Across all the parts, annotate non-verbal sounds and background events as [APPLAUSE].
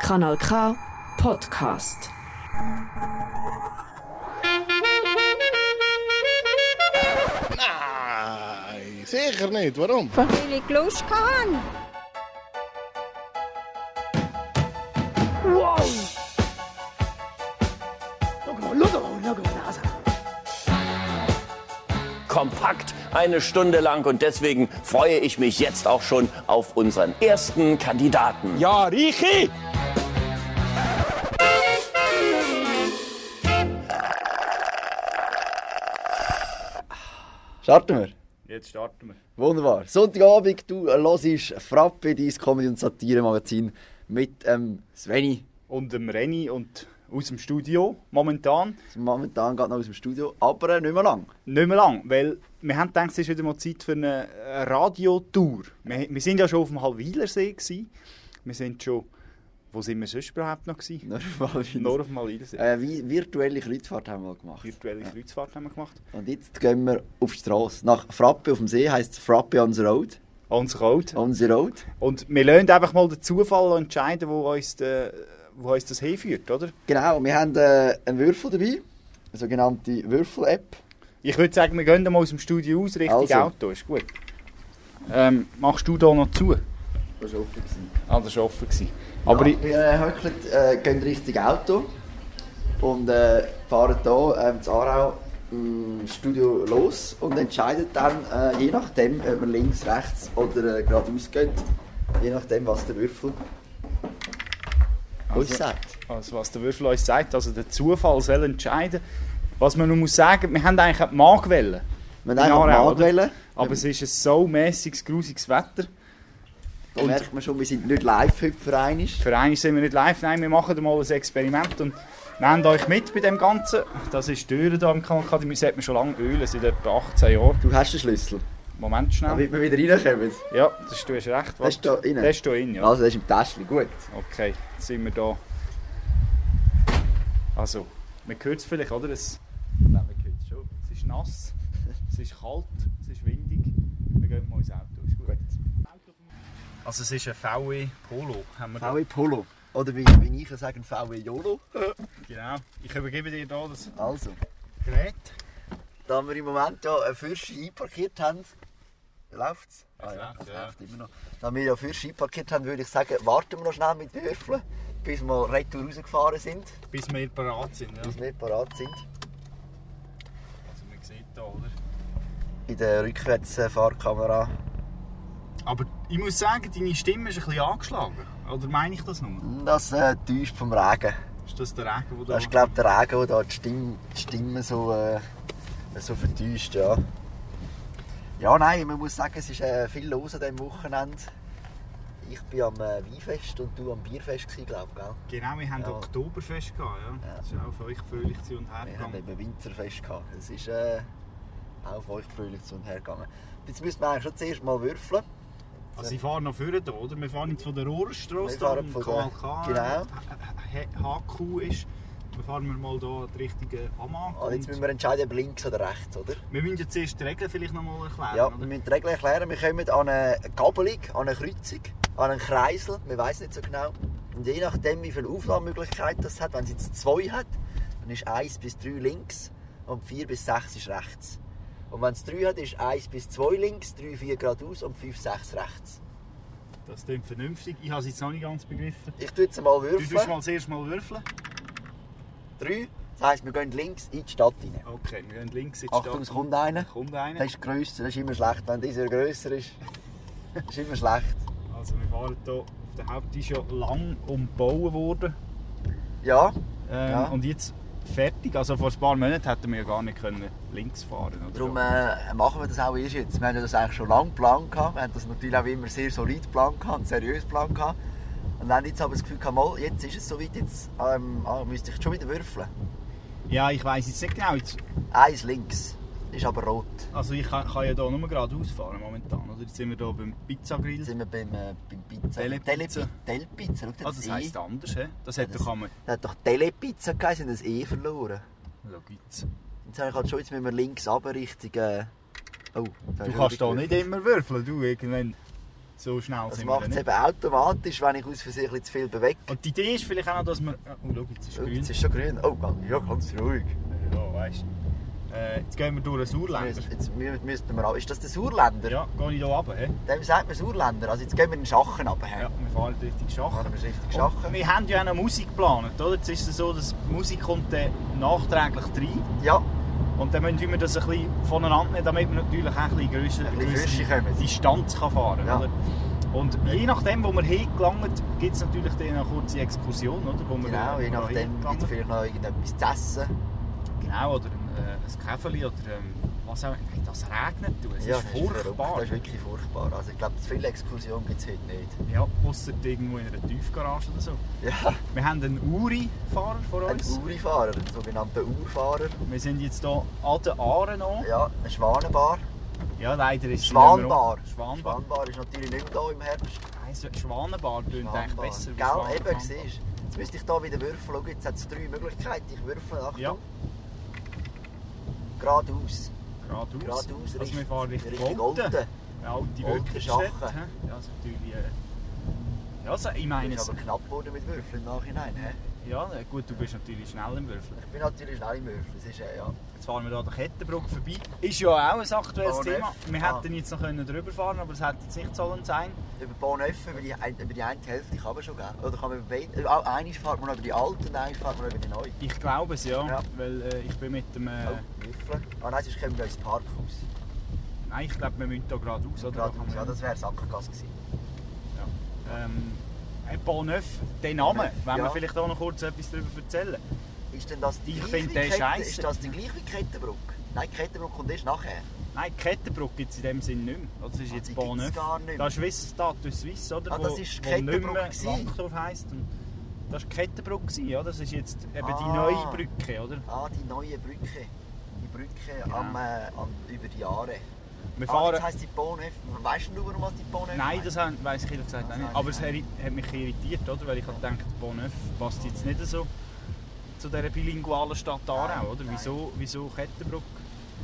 Kanal K Podcast. Nee, zeker niet. Waarom? Weil ich Lust hatte. kompakt eine Stunde lang und deswegen freue ich mich jetzt auch schon auf unseren ersten Kandidaten. Ja, Starten wir. Jetzt starten wir. Wunderbar. Sonntagabend, du hörst Frappe, dein Comedy- und Satire-Magazin mit ähm, Sveni. Und dem Renny und aus dem Studio momentan. Ist Momentan geht noch aus dem Studio, aber äh, nicht mehr lang. [LAUGHS] Nicht mehr lang, weil wir haben gedacht, es ist wieder mal Zeit für eine äh, Radiotour. Wir, wir sind ja schon auf dem Halwilersee. Gewesen. Wir sind schon... Wo sind wir sonst überhaupt noch? Gewesen? Normalerweise. Nur auf dem Halwilersee. äh, wie virtuelle Kreuzfahrt haben wir mal gemacht. Virtuelle Kreuzfahrt haben wir gemacht. Und jetzt gehen wir auf die Straße. Nach Frappe auf dem See heisst es Frappe on the Road. Uns kalt. On the Road. Und wir lassen einfach mal den Zufall entscheiden, wo uns, der, wo uns das hinführt, oder? Genau, wir haben äh, einen Würfel dabei. Eine sogenannte Würfel-App. Ich würde sagen, wir gehen dann mal aus dem Studio aus, Richtung Also. Auto, ist gut. Ähm, machst du da noch zu? Das war offen. gewesen. Ah, das war offen. gewesen. Aber ich, ja, wir äh, höckelt, äh, gehen richtig Auto und äh, fahren hier ähm, zu Aarau im Studio los und entscheiden dann, äh, je nachdem, ob wir links, rechts oder äh, geradeaus gehen, je nachdem, was der Würfel uns sagt. Also was der Würfel uns sagt, also der Zufall soll entscheiden. Was man nur muss sagen, wir haben eigentlich auch die Magwelle. Wir haben einfach Aarau, mal oder? gewählt, Aber es ist ein so mässiges, grusiges Wetter. da Und- merkt man schon, wir sind nicht live heute für einmal. Für einmal sind wir nicht live, nein, wir machen da mal ein Experiment und nehmt euch mit bei dem Ganzen. Das ist die Türe hier im Kanal K, die müssen- hat man schon lange ölen, seit etwa 18 Jahren. Du hast den Schlüssel, Moment schnell. damit wir wieder reinkommen. Ja, das, du hast recht. Das ist da rein. Das ist da rein, ja. Also, das ist im Täschchen, gut. Okay, jetzt sind wir da. Also, man hört es vielleicht, oder? Es, nein, man hört es schon. Es ist nass, es ist kalt, es ist windig. Wir gehen mal ins Auto, ist gut. Also es ist ein VW E Polo, haben wir VW Polo. Oder wie, wie ich sage, VW YOLO. da. Genau. Ich übergebe dir da das Also. Gerät. Da wir im Moment ja einen Fürsche einparkiert haben, läuft es? Ah, ja, läuft, es ja. läuft immer noch. Da wir ja Fürsche einparkiert haben, würde ich sagen, warten wir noch schnell mit Würfeln, bis wir retour rausgefahren sind, Bis wir parat sind, ja. bis wir parat sind. Also man sieht da, oder? In der Rückwärtsfahrkamera. Aber ich muss sagen, deine Stimme ist ein bisschen angeschlagen. Oder meine ich das nur? Das äh, täuscht vom Regen. Ist das der Regen, der Das ist, glaube ich, der Regen, der da die Stimme, die Stimme so, äh, so vertäuscht. Ja. ja, nein, man muss sagen, es ist äh, viel los an diesem Wochenende. Ich war am äh, Weinfest und du am Bierfest, glaube ich. Gell? Genau, wir haben Ja. Oktoberfest gehabt, ja. Ja. Das ist auch für euch völlig zu und her Wir haben gegangen. eben Winterfest gehabt. Es ist äh, auch auf euch fröhlich zu und her gegangen. Jetzt müssen wir eigentlich schon zuerst mal würfeln. Also ich fahre noch vorne da, oder? Wir fahren jetzt von der Rohrstrasse, Wir fahren von der- KLK, genau. äh, HQ ist. Dann fahren wir mal hier die richtige Amag. Also jetzt und müssen wir entscheiden, ob links oder rechts, oder? wir müssen jetzt zuerst die Regeln vielleicht noch mal erklären, Ja, wir oder? müssen die Regeln erklären. Wir kommen an eine Gabelung, an eine Kreuzung, an einen Kreisel. Wir wissen nicht so genau. Und je nachdem, wie viele Aufnahmemöglichkeiten das hat, wenn es jetzt zwei hat, dann ist eins bis drei links und vier bis sechs ist rechts. Und wenn es drei hat, ist eins bis zwei links, drei, vier geradeaus und fünf, sechs rechts. Das klingt vernünftig. Ich habe es jetzt noch nicht ganz begriffen. Ich tue jetzt mal Du tust würfeln. mal zuerst mal würfeln. Drei. Das heisst, wir gehen links in die Stadt rein. Okay, wir gehen links in die Achtung, es Stadt. kommt einer. kommt einer. Der ist grösser, das ist immer schlecht. Wenn dieser grösser ist, [LAUGHS] ist immer schlecht. Also wir fahren hier auf der Haupt, die ist ja lang umgebaut worden. Ja, Ähm, Ja. Und jetzt fertig. Also vor ein paar Monaten hätten wir ja gar nicht können links fahren können. darum äh, machen wir das auch erst jetzt. Wir haben ja das eigentlich schon lange geplant. gehabt. Wir haben das natürlich auch immer sehr solid geplant gehabt und seriös geplant. gehabt. Und haben jetzt aber das Gefühl, gehabt, mal, jetzt ist es soweit, jetzt ähm, ah, müsste ich schon wieder würfeln. Ja, ich weiss jetzt nicht genau. Jetzt, Eins links, ist aber rot. also ich kann, kann ja hier nur geradeaus fahren momentan. Oder? Jetzt sind wir hier beim Pizzagrill. Jetzt sind wir beim, äh, beim Pizza. Telepizza. Telepizza, schau Ah, das E. heisst anders. He? Das hätte Das- kann man... Das hat doch Telepizza geheißen, das E verloren. Schau jetzt. Jetzt habe ich halt schon, jetzt müssen wir links runter Richtung... Äh... Oh, da Du ist kannst er hier nicht immer würfeln. Du, irgendwann So schnell Das sind wir macht dann es nicht. eben automatisch, wenn ich aus Versehen ein bisschen zu viel bewege. Und die Idee ist vielleicht auch noch, dass wir... Oh, schau, jetzt ist Oh, es grün. jetzt ist schon grün. Oh, ja, ganz ruhig. Ja, weißt du. Äh, jetzt gehen wir durch den Sauerländer. Jetzt, jetzt mü- müssten wir auch. Ist das der Sauerländer? Ja, gehe ich hier runter. He? Dem sagt man Sauerländer. Also jetzt gehen wir in den Schachen runter. Ja, wir fahren Richtung Schach. Machen wir es richtig Und Schachen. Wir haben ja auch noch Musik geplant, oder? Jetzt ist es so, dass die Musik kommt dann nachträglich rein. Ja, Und dann müssen wir das ein bisschen voneinander nehmen, damit wir natürlich auch ein bisschen grösser, Ein bisschen grössere frischer kommen. Distanz kann fahren Ja. oder? Und je nachdem, wo wir hingelangen, gibt es natürlich dann eine kurze Exkursion, oder? Wo wir genau. wo wir Je nachdem gibt es hingelangen. vielleicht noch irgendetwas zu essen. Genau, oder ein, äh, ein Käferli oder ähm, was auch immer. Hey, Das regnet, du. Es Ja, ist das verrückt. furchtbar. Das ist wirklich furchtbar. Also ich glaube, viele Exkursionen gibt es heute nicht. Ja, ausser irgendwo in einer Tiefgarage oder so. Ja, Wir haben einen Uri-Fahrer vor [LAUGHS] ein uns. Urifahrer, ein sogenannter Urfahrer. Wir sind jetzt hier an der Aare noch. Ja, eine Schwanenbar. Ja, leider ist Schwanbar. Schwanbar. Schwanbar ist natürlich nicht mehr da im Herbst. Nein, so- Schwanenbar tönt eigentlich Schwanbar. besser. wie Gell, eben, Schwanenbar. siehst du. Jetzt müsste ich hier wieder würfeln. Schau, Jetzt hat es drei Möglichkeiten. Ich würfle nach Ja, geradeaus. geradeaus. Geradeaus, also wir fahren Richtung Richtung Olten. Olten. Eine alte Olten, Wirkungsstätte. Schachen. hä? Ja, also natürlich... Äh, ja, also, ich meine, Ist es- aber knapp geworden mit Würfeln im Nachhinein. hä? ja, äh, gut, du bist natürlich schnell im Würfeln. Ich bin natürlich schnell im Würfeln. Es ist äh, ja. Jetzt fahren wir hier an der Kettenbrücke vorbei. Ist ja auch ein aktuelles Oh, ne? Thema. Wir Ah. hätten jetzt noch können drüber fahren aber es hätte jetzt nicht sollen sein. Über Bonhoeffer, über die, ein- über die eine Hälfte kann man schon gehen. Oder kann man über beide. äh, auch Eine fährt man noch über die alte und eine fährt man noch über die neue. Ich glaube es, ja. Ja. Weil äh, ich bin mit dem... Äh, Oh, Würfeln. Ah nein, sonst kommen wir ins Parkhaus. Nein, ich glaube, wir müssen hier geradeaus, oder? Geradeaus. Da Ja, kann man- das wäre Sackgasse gewesen. ähm, ein Bonneuf, den Namen, Bonneuf, wenn wir ja. vielleicht auch noch kurz etwas darüber erzählen. Ist denn das die Ich gleiche find den wie Kette- scheisse. Ist das die gleiche wie Kettenbrücke? Nein, die Kettenbrücke kommt erst nachher. Nein, die Kettenbrücke gibt es in dem Sinn nicht mehr. oder? Das ist Ah, jetzt die gibt's Bonneuf. gar nicht mehr. Das ist Swiss Status Swiss, oder? Ah, das Wo- ist die wo nicht mehr Kettenbrücke gewesen. Wankdorf heisst. Und das war die Kettenbrücke, gewesen, ja? das ist jetzt eben die Ah. neue Brücke, oder? Ah, die neue Brücke. Die Brücke Genau. am, äh, am, über die Jahre. Wir Ah, fahren... jetzt heisst die Bonhoeffer. Weißt du nur, was die Bonhoeffer Nein, heisst? das haben- weiss ich ehrlich gesagt Das auch nicht. weiss Aber ich es hat- hat mich irritiert, oder? Weil ich halt gedacht, Bonneuf passt jetzt nicht so zu dieser bilingualen Stadt Aarau, Nein, oder? nein. Wieso, wieso Kettenbrück?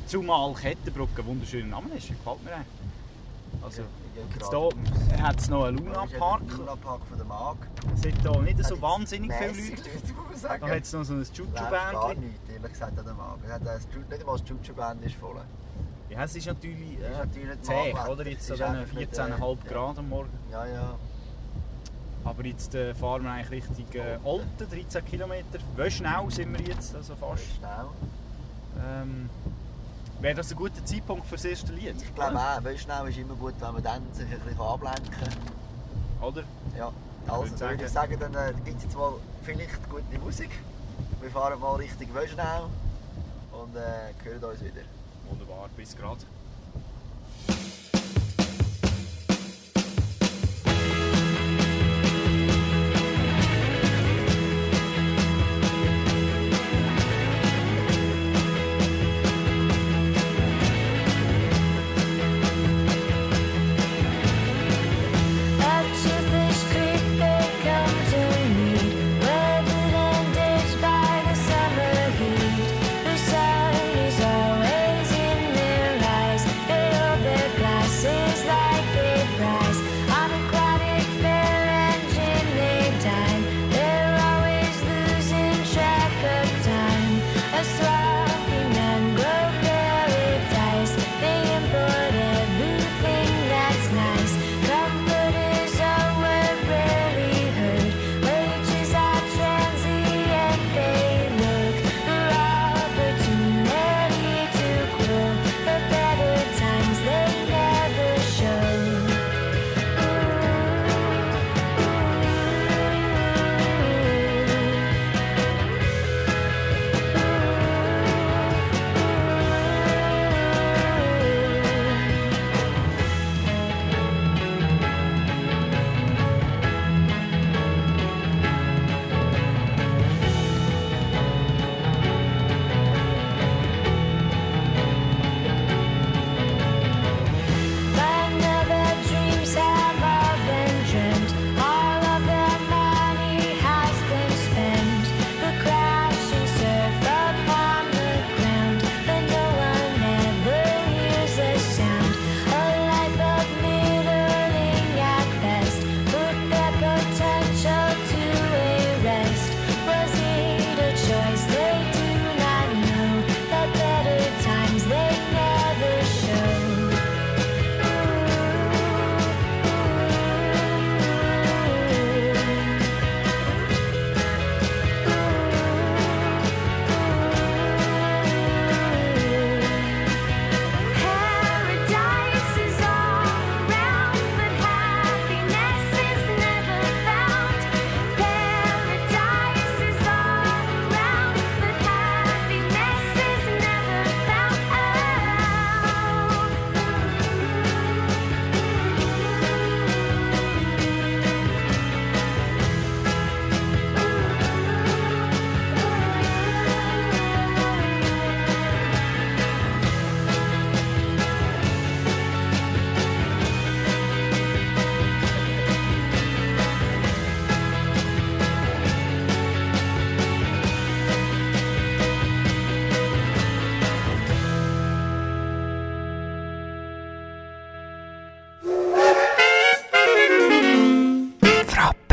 Zumal Kettenbrück ein wunderschöner Name ist, gefällt mir auch. Also, Ja, jetzt geradeaus. hier hat es noch einen Da ist eben Luna-Park. der Lunapark von der Mag. Es hat hier nicht so Hat wahnsinnig viele mässig Leute. Leute, muss man Da sagen. hat es noch so ein Läuft gar Chuchu-Bändchen. nichts, ehrlich gesagt, an der Mag. Er hat das Ju- Nicht einmal das Juju-Band ist voll. Ja, es ist natürlich Ist natürlich äh, nicht zäh, Magenwetter. oder? Jetzt so Ist diesen einfach nicht, äh, 14,5 ja. Grad am Morgen. Ja, ja. Aber jetzt äh, fahren wir eigentlich Richtung äh, Olten, 13 Kilometer. Wöschnau sind wir jetzt, also fast. Schnell. Ähm, Wäre das ein guter Zeitpunkt für das erste Lied? Ich glaube auch, weil schnell ist immer gut, wenn man dann sich ein bisschen ablenken kann. Oder? Ja. Also würde würde ich sagen, dann äh, gibt es jetzt mal vielleicht gute Musik. Wir fahren mal Richtung Wöschnau und äh, hören uns wieder. Wunderbar, bis gerade. Always in their eyes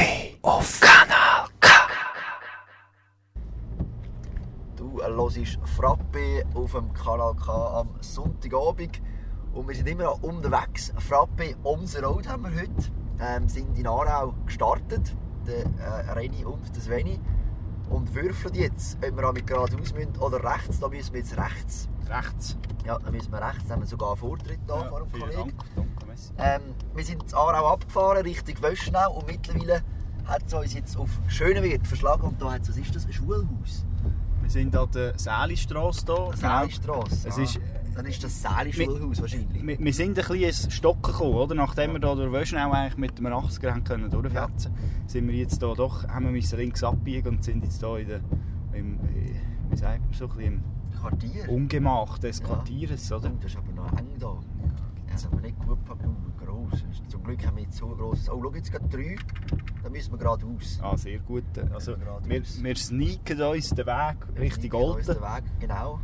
äh, auf dem Kanal K am Sonntagabend. Und wir sind immer noch unterwegs. Frappe on the road haben wir heute. Ähm, sind in Aarau gestartet. Der äh, Reni und der Sveni. Und würfeln jetzt, ob wir damit geradeaus müssen oder rechts. Da müssen wir jetzt rechts. Rechts. Ja, da müssen wir rechts. Da haben wir sogar einen Vortritt da vor dem vielen Kollegen. Dank. Danke, Messi. Ähm, wir sind in Aarau abgefahren, Richtung Wöschnau und mittlerweile hat es uns jetzt auf Schönewirt verschlagen und da hat es, was ist das, ein Schulhaus? Wir sind an der Sälistrasse hier. Sälistrasse. Genau. Es ist- Ah. äh, Dann ist das Säli-Schulhaus wahrscheinlich. Wir, wir sind ein bisschen ins Stocken gekommen, oder? Nachdem wir hier durch Wöschnau eigentlich mit dem 80er haben können durchfetzen sind wir jetzt hier doch, haben wir müssen links abbiegen und sind jetzt hier in der, im, äh, wie sagt man, so ein bisschen Quartier. im Ungemach des Ja. Quartiers, oder? Das ist aber noch eng da. Das ist aber nicht gut verbaut, gross. Zum Glück haben wir jetzt so ein grosses... Oh, schau, jetzt gerade drei. Da müssen wir geradeaus. Ah, sehr gut. Also, Geradeaus. wir, wir sneaken uns den Weg Richtung Genau ist Olten. der Weg, genau.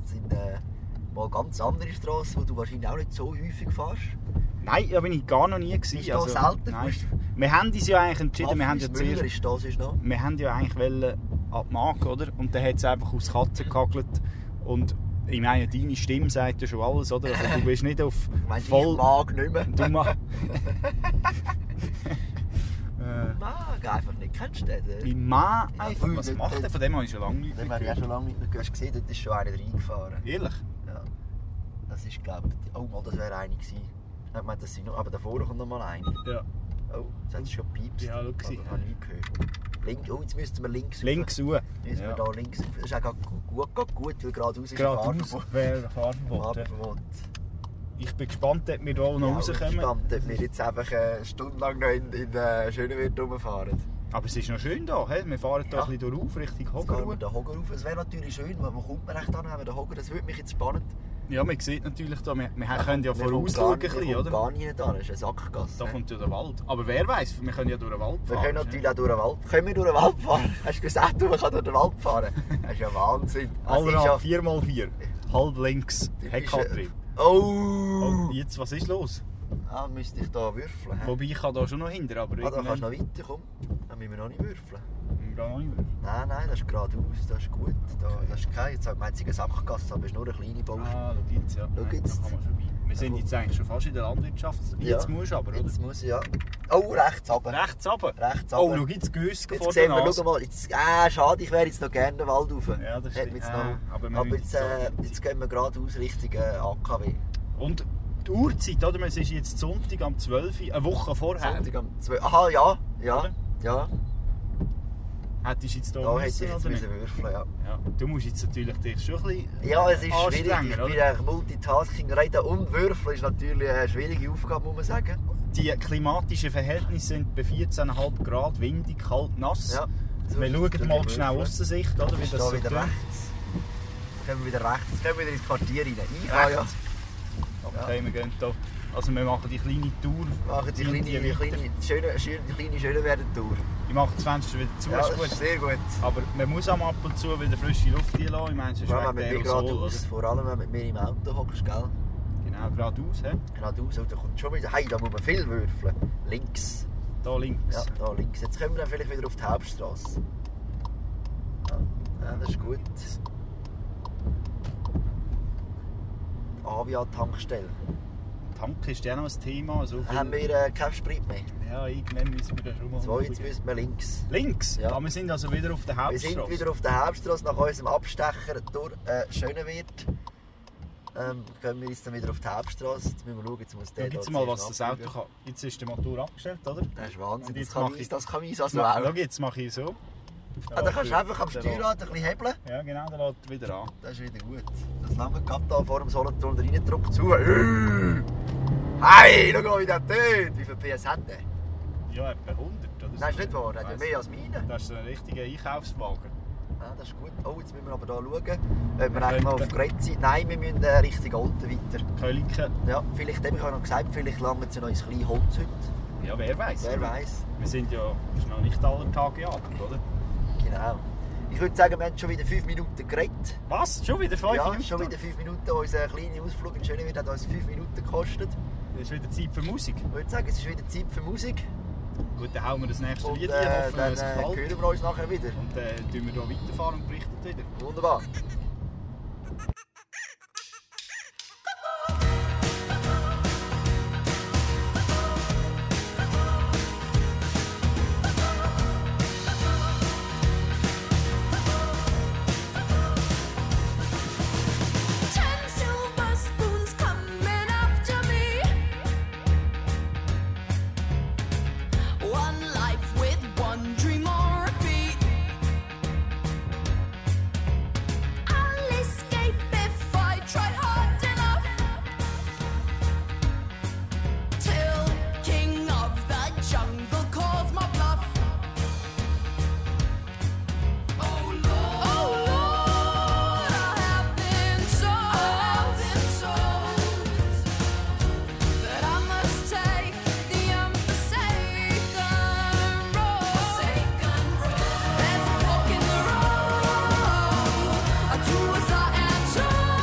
Das sind äh, mal ganz andere Strassen, die du wahrscheinlich auch nicht so häufig fährst. Nein, da bin ich gar noch nie. Gewesen. also, Bist du da selten? nein. Wir haben uns ja eigentlich entschieden, wir haben ja Affis Müller zuerst... ist das ist noch. wir haben ja eigentlich wollen an die Marke, oder? Und dann hat es einfach aus Katzen gehagelt. Und ich meine, deine Stimme sagt ja schon alles, oder? Also, du bist nicht [LAUGHS] auf Ich meine, voll... ich mag nicht mehr. Du ma [LAUGHS] Ich mag einfach nicht. Kennst du den? äh, mein Mann Ja, einfach, voll, was dort- macht er? Von dem habe ich schon lange nichts Den mehr habe ich auch gehört. schon lange nicht mehr gehört. Hast du gesehen, dort ist schon einer reingefahren. Ehrlich? Ja. Das ist, glaube ich, oh mal, das wäre eine gewesen. Ich meine, das sind noch, aber davor kommt noch mal eine. Ja. Oh, jetzt hat es schon gepiepst. Ja, schau aber sie. ich habe nichts gehört. Link, oh, jetzt müssten wir links rauf. Links rauf. Müssen Ja. wir da links rauf. Das ist auch gerade gut, gut, gerade gut weil geradeaus ist Geradeaus wäre ein Fahrverbot. ja. Fahrverbot. Ich bin gespannt, ob wir da auch noch Ich rauskommen. stand, ob wir jetzt einfach äh, stundenlang noch in, in äh, Schönewirt rumfahren. Aber es ist noch schön da. He? Wir fahren da Ja. ein bisschen durch, Richtung Jetzt gehen wir Hogerruhe. den Hoger rauf. Es wäre natürlich schön, weil man kommt man echt an, wenn wir den Hoger. Das würde mich jetzt spannend. Ja, man sieht natürlich da, wir, wir können ja Wir kommen vorausschauen, ein gar- wir bisschen, kommen oder? gar nicht an, das ist eine Sackgasse. ne? Da kommt ja der Wald. Aber wer weiß, wir können ja durch den Wald Wir fahren. ne? können natürlich auch durch den Wald. Können wir durch den Wald fahren? [LAUGHS] Hast du gesagt, du, man kann durch den Wald fahren? Das ist ja Wahnsinn. Das ist ja- Allrad 4x4, genau, halb links, typisch- Heckantrieb. Oh! Oh, jetzt, was ist los? Ah, müsste ich da würfeln? hä? Wobei, ich kann da schon noch hinter, aber Ah, da kannst du irgendwann- noch weiter, komm. Da müssen wir noch nicht würfeln. Wir gehen noch nicht mehr. Nein, nein, das ist geradeaus, das ist gut. Da, das ist kein, jetzt hat man jetzt eine Sackgasse, aber es ist nur eine kleine Baustelle. Ah, da geht's, ja. Da Nein, geht's. Da kann man vorbei. Wir sind jetzt eigentlich schon fast in der Landwirtschaft. Ah, Jetzt musst du aber, oder? Jetzt muss ich, ja. Oh, rechts runter. Rechts runter. Rechts Oh, runter. schau, jetzt Güsse Jetzt vor sehen der wir, Nase. schau mal, jetzt, ah, schade, ich wäre jetzt noch gerne den Wald rauf. Ja, das Hätten wir stimmt. jetzt Ah, noch, aber wir aber müssen jetzt, jetzt äh, so- jetzt gehen wir geradeaus Richtung äh, AKW. Und die Uhrzeit, oder? Es ist jetzt Sonntag am 12 Uhr, eine Woche vorher. Sonntag am 12. Aha, ja, ja, Oder? ja. Hättest du jetzt hier Da hätte ich jetzt oder nicht? müssen würfeln, ja. Ja, du musst jetzt natürlich dich schon ein bisschen Ja, es ist schwierig. Ich anstrengen, bin oder? eigentlich Multitasking. Reden und würfeln ist natürlich eine schwierige Aufgabe, muss man sagen. Die klimatischen Verhältnisse sind bei 14,5 Grad, windig, kalt, nass. Ja. Wir schauen mal schnell Würfeln. Aussicht, oder? Wie das Ist da so wieder tönt. rechts. Jetzt gehen wir wieder rechts. Jetzt gehen wir wieder ins Quartier rein. Ich ah, ja. Okay, wir gehen hier. Also wir machen die kleine Tour. Machen die kleine, in die die Richtung. kleine, schöne, schöne, die kleine schöne Werdentour. Ich mache das Fenster wieder zu, Ja, ist das gut. ist sehr gut. Aber man muss auch mal ab und zu wieder frische Luft einlassen. Ich meine, sonst Vor Dus ja, allem, wenn der du Aerosol. geradeaus, vor allem wenn du mit mir im Auto hockst, gell? oder? Genau, geradeaus. He? Geradeaus, und da kommt schon wieder. Hey, da muss man viel würfeln. Links. Da links. Ja, da links. Jetzt kommen wir dann vielleicht wieder auf die Hauptstraße. Ja, ja das ist gut. Avia-Tankstelle. Tank ist ja noch ein Thema. So viel- Haben wir äh, keinen Sprit mehr? Ja, irgendwann müssen wir das schon mal Zwei, jetzt schauen. müssen wir links. Links? Ja. Ah, wir sind also wieder auf der Wir Hauptstraße. sind wieder auf der Hauptstraße nach unserem Abstecher durch äh, Schönewirt. Ähm, gehen wir jetzt dann wieder auf die Hauptstraße. Jetzt müssen wir schauen, jetzt muss der Schau jetzt da mal, zuerst was das abbiegen. Auto kann. Jetzt ist der Motor abgestellt, oder? Das ist Wahnsinn. Und Das jetzt kann, mache ich, ich- das kann ich also Na, auch. Schau, jetzt mache ich so. Ah, da kannst du einfach am Der Steuerrad ein bisschen hebeln. lässt- Ja, genau, der lädt wieder an. Das ist wieder gut. Das lange Cup da vor dem Solothurn reindruckt zu. Äh. Hey, schau mal, wie der tönt. Wie viel PS hat der? Ja, etwa 100 oder so. Nein, ist nicht wahr. Der hat ja Weiss mehr als meine. Das ist so ein richtiger Einkaufswagen. Ah, das ist gut. Oh, jetzt müssen wir aber da schauen, ob wir eigentlich könnten- noch auf Gretzi... Nein, wir müssen äh, Richtung Olten weiter. Köliken. Ja, vielleicht, eben, ich habe noch gesagt, vielleicht langt es noch ins kleine Holz heute. Ja, wer weiß. Wer weiß. Wir sind ja es ist noch nicht aller Tage Abend, oder? Genau. Ich würde sagen, wir haben schon wieder fünf Minuten geredet. Was? Schon wieder 5 ja, Minuten? schon wieder fünf Minuten. Unser kleiner Ausflug in Schönewirt hat uns fünf Minuten gekostet. Es ist wieder Zeit für Musik. Ich würde sagen, es ist wieder Zeit für Musik. Gut, dann hauen wir das nächste Und Lied rein, äh, hoffen, dann es äh, gefällt. eh, hören wir uns nachher wieder. Und dann tun wir hier weiterfahren und berichten wieder. Wunderbar. Oh, E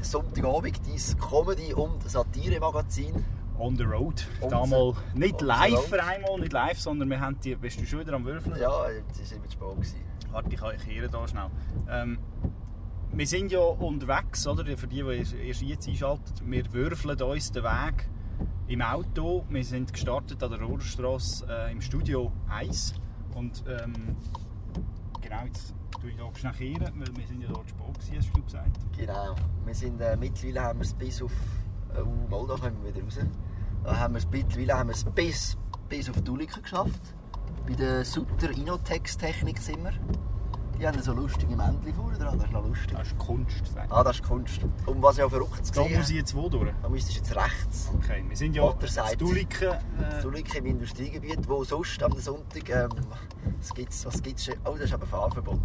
Sonntagabend, dein Comedy- und Satire-Magazin. On the road. On Damals nicht on the live road. für einmal, nicht live, sondern wir haben die. Bist du schon wieder am Würfeln? Ja, das war immer zu spät. gewesen. Warte, ich ich kehre da schnell. Ähm, wir sind ja unterwegs, oder? Für die, die erst jetzt einschalten, wir würfeln uns den Weg im Auto. Wir sind gestartet an der Rohrstrasse äh, im Studio 1. Und ähm, genau, jetzt tue ich hier schnell kehren, weil wir sind ja dort spät, gewesen, hast du gesagt. Genau. Wir sind, äh, mittlerweile haben wir es bis auf... Äh, uh, mal, da kommen wir wieder raus. Da haben wir es, mittlerweile haben wir es bis, bis auf die Uliken geschafft. Bei der Sutter Inotex Technik sind wir. Die haben so lustige Männchen vorne dran, das ist noch lustig. Das ist Kunst. Sein. Ah, das ist Kunst. Und was ja verrückt zu Da sehen muss ich jetzt wo durch? da müsstest du jetzt rechts. Okay, wir sind ja Oder Seite. in Duliken. Äh, Die Uliken im Industriegebiet, wo sonst am Sonntag... Ähm, was gibt's, was gibt's schon? Oh, das ist aber Fahrverbot.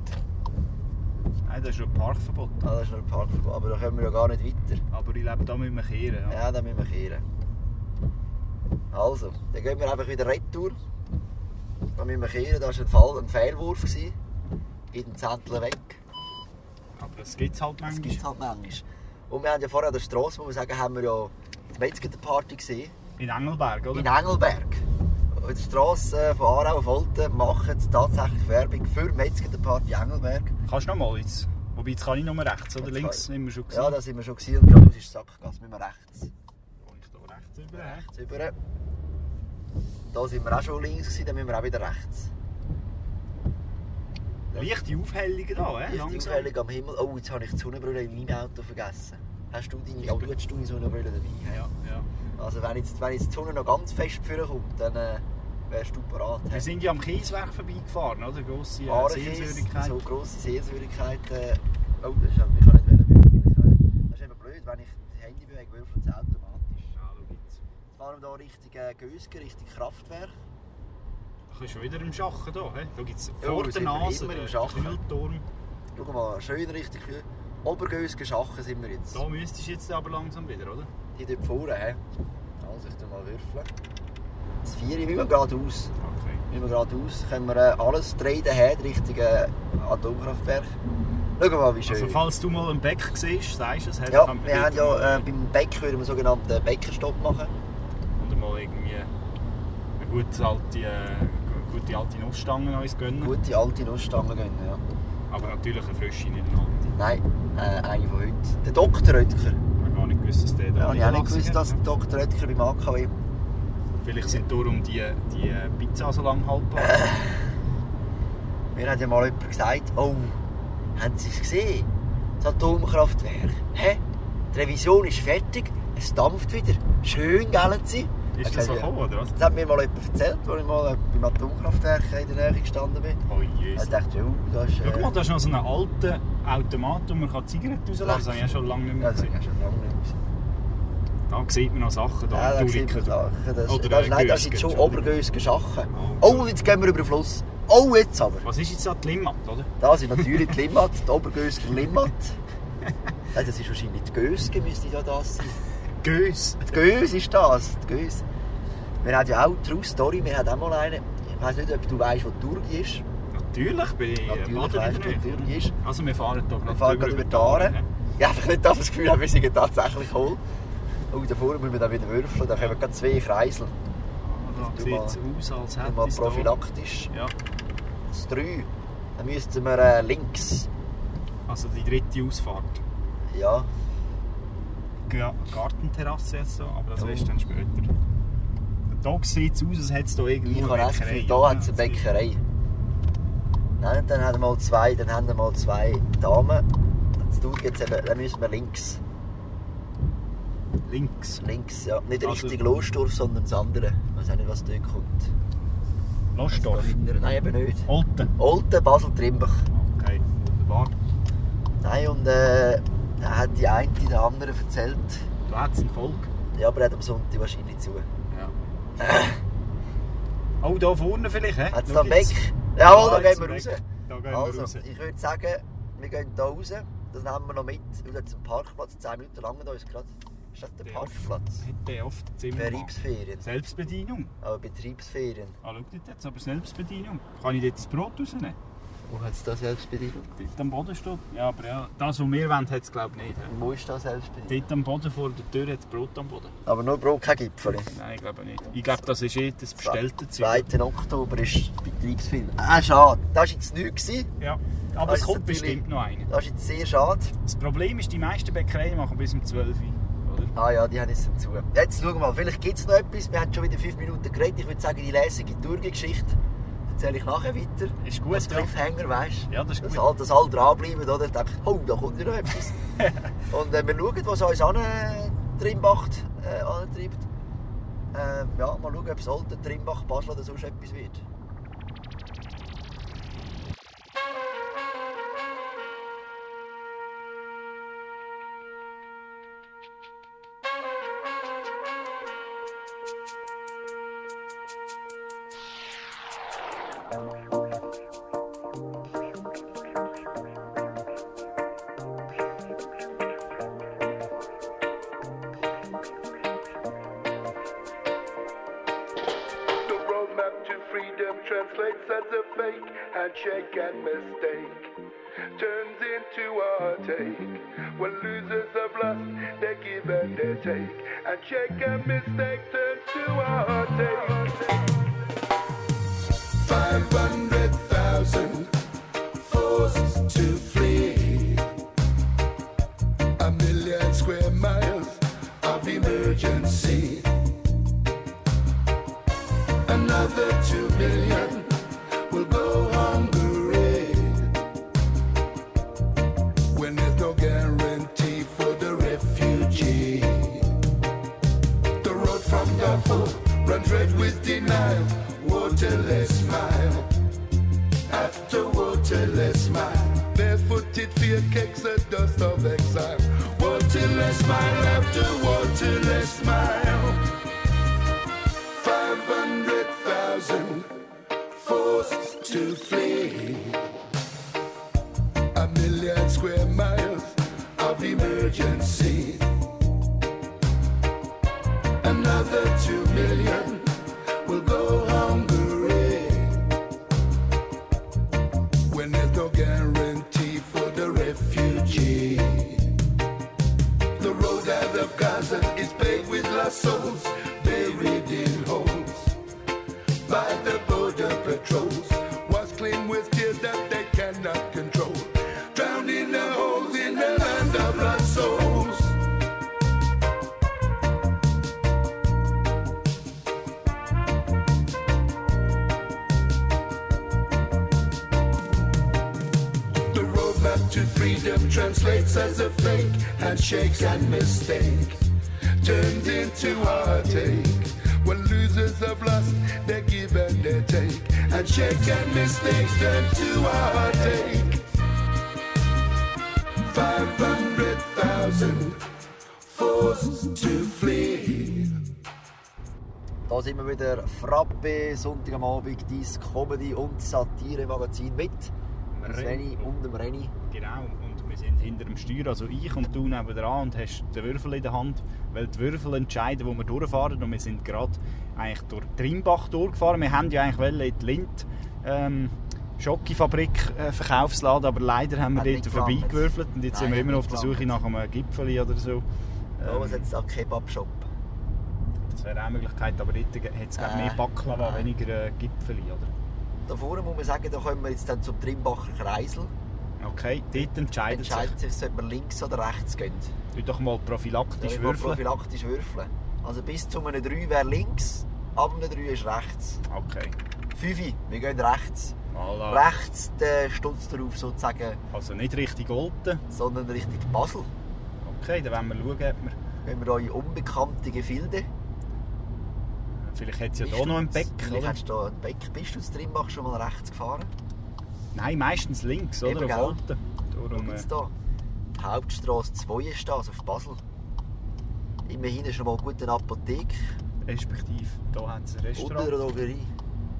nein, das ist ja Parkverbot. Ah, das ist nur ein Parkverbot. Aber da kommen wir ja gar nicht weiter. Aber ich lebe da mit einem Kehren. Ja. Ja, dann müssen wir kehren. Also, dann gehen wir einfach wieder retour. Dann müssen wir kehren. Das war ein, Fall, ein Fehlwurf. gewesen. Geht ein Zettel weg. Aber das gibt es halt Das manchmal. gibt es halt manchmal. Und wir haben ja vorher an der Straße, muss man sagen, haben wir ja die Metzger-Party gesehen. In Engelberg, oder? In Engelberg. Auf der Straße äh, von Aarau auf Olten machen sie tatsächlich Werbung für die Metzger-Party Engelberg. Kannst du nochmal jetzt? Wobei, jetzt kann ich nur rechts oder Jetzt links, kann- haben wir schon gesehen. Ja, da sind wir schon gesehen und geradeaus ist die Sackgasse. Müssen wir rechts. ich da rechts über. rechts rüber. Da sind wir auch schon links, gewesen, dann müssen wir auch wieder rechts. Leichte Aufhellung da, hä? Ist die Langsam. Aufhellung am Himmel. Oh, jetzt habe ich die Sonnenbrille in meinem Auto vergessen. Hast du deine, oh, du hast deine Sonnenbrille dabei? Ja, ja. Also wenn jetzt, wenn jetzt die Sonne noch ganz fest vorne kommt, dann äh, wärst du parat. Wir hä? sind ja am Kieswerk vorbeigefahren, oder? Grosse äh, Ahrenkäse, Sehenswürdigkeit. So grosse Sehenswürdigkeit. Äh, oh, das ist, ich kann nicht wählen. Das ist eben blöd, wenn ich das Handy bewege, würfelt es automatisch. Vor allem hier Richtung äh, Gösgen, Richtung Kraftwerk. Du bist schon wieder im Schachen da, hä? Da gibt es Ja, vor wir der sind Nase immer im den Schachen. Kühlturm. Schau mal, schön Richtung Obergösgen Schachen sind wir jetzt. Da müsstest du jetzt aber langsam wieder, oder? Die dort vorne. hä? Also ich tu mal würfeln. Das Vieri, wie wir geradeaus. Okay. Wie wir geradeaus können wir äh, alles drehen her, Richtung äh, Atomkraftwerk. Schauen wir mal, wie schön. Also, falls du mal einen Beck siehst, sagst du es. hä? ja, Dann kann man wir dort haben ja äh, mal- beim Bäck würden wir einen sogenannten Bäckerstopp machen. äh, Oder mal irgendwie eine gute alte, äh, gute alte Nussstange uns gönnen. Gute alte Nussstangen gönnen, ja. Aber natürlich eine frische, nicht eine alte. Nein, äh, eine von heute. Der Dr. Oetker. Ich habe gar nicht gewusst, dass der da Ja, habe ich auch nicht niederlassen gewusst, hat. dass der Dr. Oetker beim AKW... Vielleicht sind darum die, die Pizza so lange haltbar. [LAUGHS] Mir hat ja mal jemand gesagt, oh, haben Sie es gesehen? Das Atomkraftwerk. Hä? Die Revision ist fertig, es dampft wieder. Schön, gell Sie? Ich Ist das so sag, ja. gekommen, oder was? Das hat mir mal jemand erzählt, als ich mal äh, beim Atomkraftwerk in der Nähe gestanden bin. Oh Ich Jesus. dachte, oh, das ist... Äh, Schau mal, da ist noch so ein alter Automat, wo man kann Zigaretten rauslassen kann. Das habe ich ja schon lange nicht ja, mehr das habe gesehen. ich schon lange nicht gesehen. Da sieht man noch Sachen, da Ja, da sieht man Duriken. Sachen. Das, Oder, das, äh, nein, das Güsken, sind schon Entschuldigung. obergösige Sachen. Oh. Oh, jetzt gehen wir über den Fluss. Oh, jetzt aber. Was ist jetzt da die Limmat, oder? Das ist natürlich die Limmat, die Obergösger Limmat. Nein, das ist wahrscheinlich die Gösge, müsste ja das sein. Gös. Die Gös ist das. Die Gös. Wir haben ja auch True Story. Wir haben auch mal einen. Ich weiß nicht, ob du weißt, wo die Turgi ist. Natürlich bin ich Natürlich Baden in weisst der du, Nähe. wo Dürgi ist. Also wir fahren hier Wir fahren gerade über die Aare. ne? [LAUGHS] Ich habe einfach nicht das Gefühl, wir sind tatsächlich hohl. Und da vorne müssen wir dann wieder würfeln. Da kommen gerade zwei Kreisel. Ah, Da Du sieht mal- es aus, als hätte Mal es da- prophylaktisch. Ja, Das drei. Dann müssten wir äh, links. also die dritte Ausfahrt. Ja, Ja, Gartenterrasse jetzt so, aber das Ja. ja. dann später. Da sieht es aus, als hätte es hier ich irgendwo habe echt Bäckerei, Gefühl, da oder? hat es eine Also, Bäckerei. Nein, dann haben wir mal zwei, dann haben wir mal zwei Damen. Das Turgi jetzt eben, dann müssen wir links. Links. Links, ja. Nicht Also- richtig Losdorf, sondern das andere. Ich weiß auch nicht, was dort kommt. Das Lostorf. andere. Nein, eben nicht. Olten. Olten, Basel, Trimbach. Okay, wunderbar. Nein, und äh, da hat die eine der andere erzählt. Da hat es einen Volk. Ja, aber er hat am Sonntag wahrscheinlich zu. Ja. Auch Äh. Oh, da vorne vielleicht, hä? Hat es Schau da einen jetzt. Weg? Jawohl, da Ah, jetzt gehen wir raus. Weg. Da gehen wir Also, raus. ich würde sagen, wir gehen hier raus. Das nehmen wir noch mit. Und jetzt zum Parkplatz. 10 Minuten lang da ist gerade. Ist das der Der Parkplatz? Hätte oft Zimmer. Betriebsferien. Selbstbedienung. Aber Betriebsferien. Ah, schau dort jetzt, aber Selbstbedienung. Kann ich dort das Brot rausnehmen? Wo hat es da selbstbedient? Dort am Boden steht. Ja, aber ja, das, was wir wollen, hat es glaube ich nicht. hä? Wo ist da selbstbedient? Dort am Boden vor der Tür hat es Brot am Boden. Aber nur Brot, kein Gipfel. Nein, ich glaube nicht. Ich glaube, das ist eh das bestellte Zeug. 2. Oktober ist Betriebsfilm. Ah, schade. Das war jetzt nichts. gewesen. Ja, aber Das es ist kommt natürlich- bestimmt noch einer. Das ist jetzt sehr schade. Das Problem ist, die meisten Bäckereien machen bis um 12 Uhr. Oder? Ah ja, die haben jetzt zu. Jetzt schauen wir mal, vielleicht gibt es noch etwas. Wir haben schon wieder 5 Minuten geredet. Ich würde sagen, die lässige Tourgeschichte erzähle ich nachher weiter. Ist gut, Als ja. Cliffhanger, weißt Ja, das ist dass gut. alle, dass alle dranbleiben, oder? Ich denke, oh, da kommt noch [LAUGHS] etwas. und äh, wir schauen, was uns an Trimbacht äh, antreibt. Ähm, ja, mal schauen, ob es alte Trimbach, Basel oder sonst etwas wird. The roadmap to freedom translates as a fake handshake and mistake. Turns into a heartache. When losers have lost, they give and they take. And shake and mistake turns to a heartache. 500,000 forced to flee. A million square miles of emergency. Another two billion will go hungry. When there's no guarantee for the refugee. The road from Darfur runs red with denial. Waterless mile after waterless mile. Barefooted fear cakes the dust of exile. Waterless mile after waterless mile. 500,000 forced to flee. A million square miles of emergency. Another 2 million will go hungry. When there's no guarantee for the refugee. The road out of Gaza is paved with lost souls buried in holes by the border patrols. Was clean with tears that they cannot control. Drowned in the holes in the land of lost souls. The roadmap to freedom translates as a fake handshake and mistake. Turned into heartache. When losers have lost, they give and they take. And shake and mistakes turn to heartache. 500,000 forced to flee. Da sind wir wieder Frappe, Sonntagabend, dein Comedy- und Satire-Magazin mit dem Renny. Sveni und dem Renny. Genau, und wir sind hinter dem Steuer, also ich und du nebenan und hast den Würfel in der Hand, weil die Würfel entscheiden, wo wir durchfahren und wir sind gerade eigentlich durch Trimbach durchgefahren. Wir haben ja eigentlich wollen in die Lind ähm, Schokifabrik äh, Verkaufsladen, aber leider haben wir Hat dort nicht gelangt. vorbeigewürfelt und jetzt Nein, sind wir hat immer nicht auf der Suche nach gelangt. einem Gipfeli oder so. Ähm. Ja, was hat es da? Kebab-Shop. Das wäre auch eine Möglichkeit, aber dort hat es Äh. mehr Baklava, weniger äh, Gipfeli, oder? Da vorne muss man sagen, da kommen wir jetzt dann zum Trimbacher Kreisel. Okay, dort entscheidet Entscheidet sich, ob wir links oder rechts gehen. sich. Tu doch mal Da prophylaktisch will man würfeln. prophylaktisch würfeln. Also bis zu einem 3 wäre links, ab einem 3 ist rechts. Okay, 5, wir gehen rechts. voilà. Rechts der Stutz darauf sozusagen, Also nicht richtig Olten. sondern Richtung Basel. Okay, dann wollen wir schauen, ob wir... Wenn wir da in unbekannte Gefilde. Vielleicht hat es ja hier noch ein Beck, Vielleicht oder? hast du da einen Beck. Bist du zu Trimbach schon mal rechts gefahren? Nein, meistens links, oder? Eben, Auf gell? Olten. Darum, äh, Jetzt da. Die Hauptstraße 2 ist das, auf Basel. Immerhin ist noch mal eine gute Apotheke respektive, hier hat es ein oder eine Restaurant. Drogerie.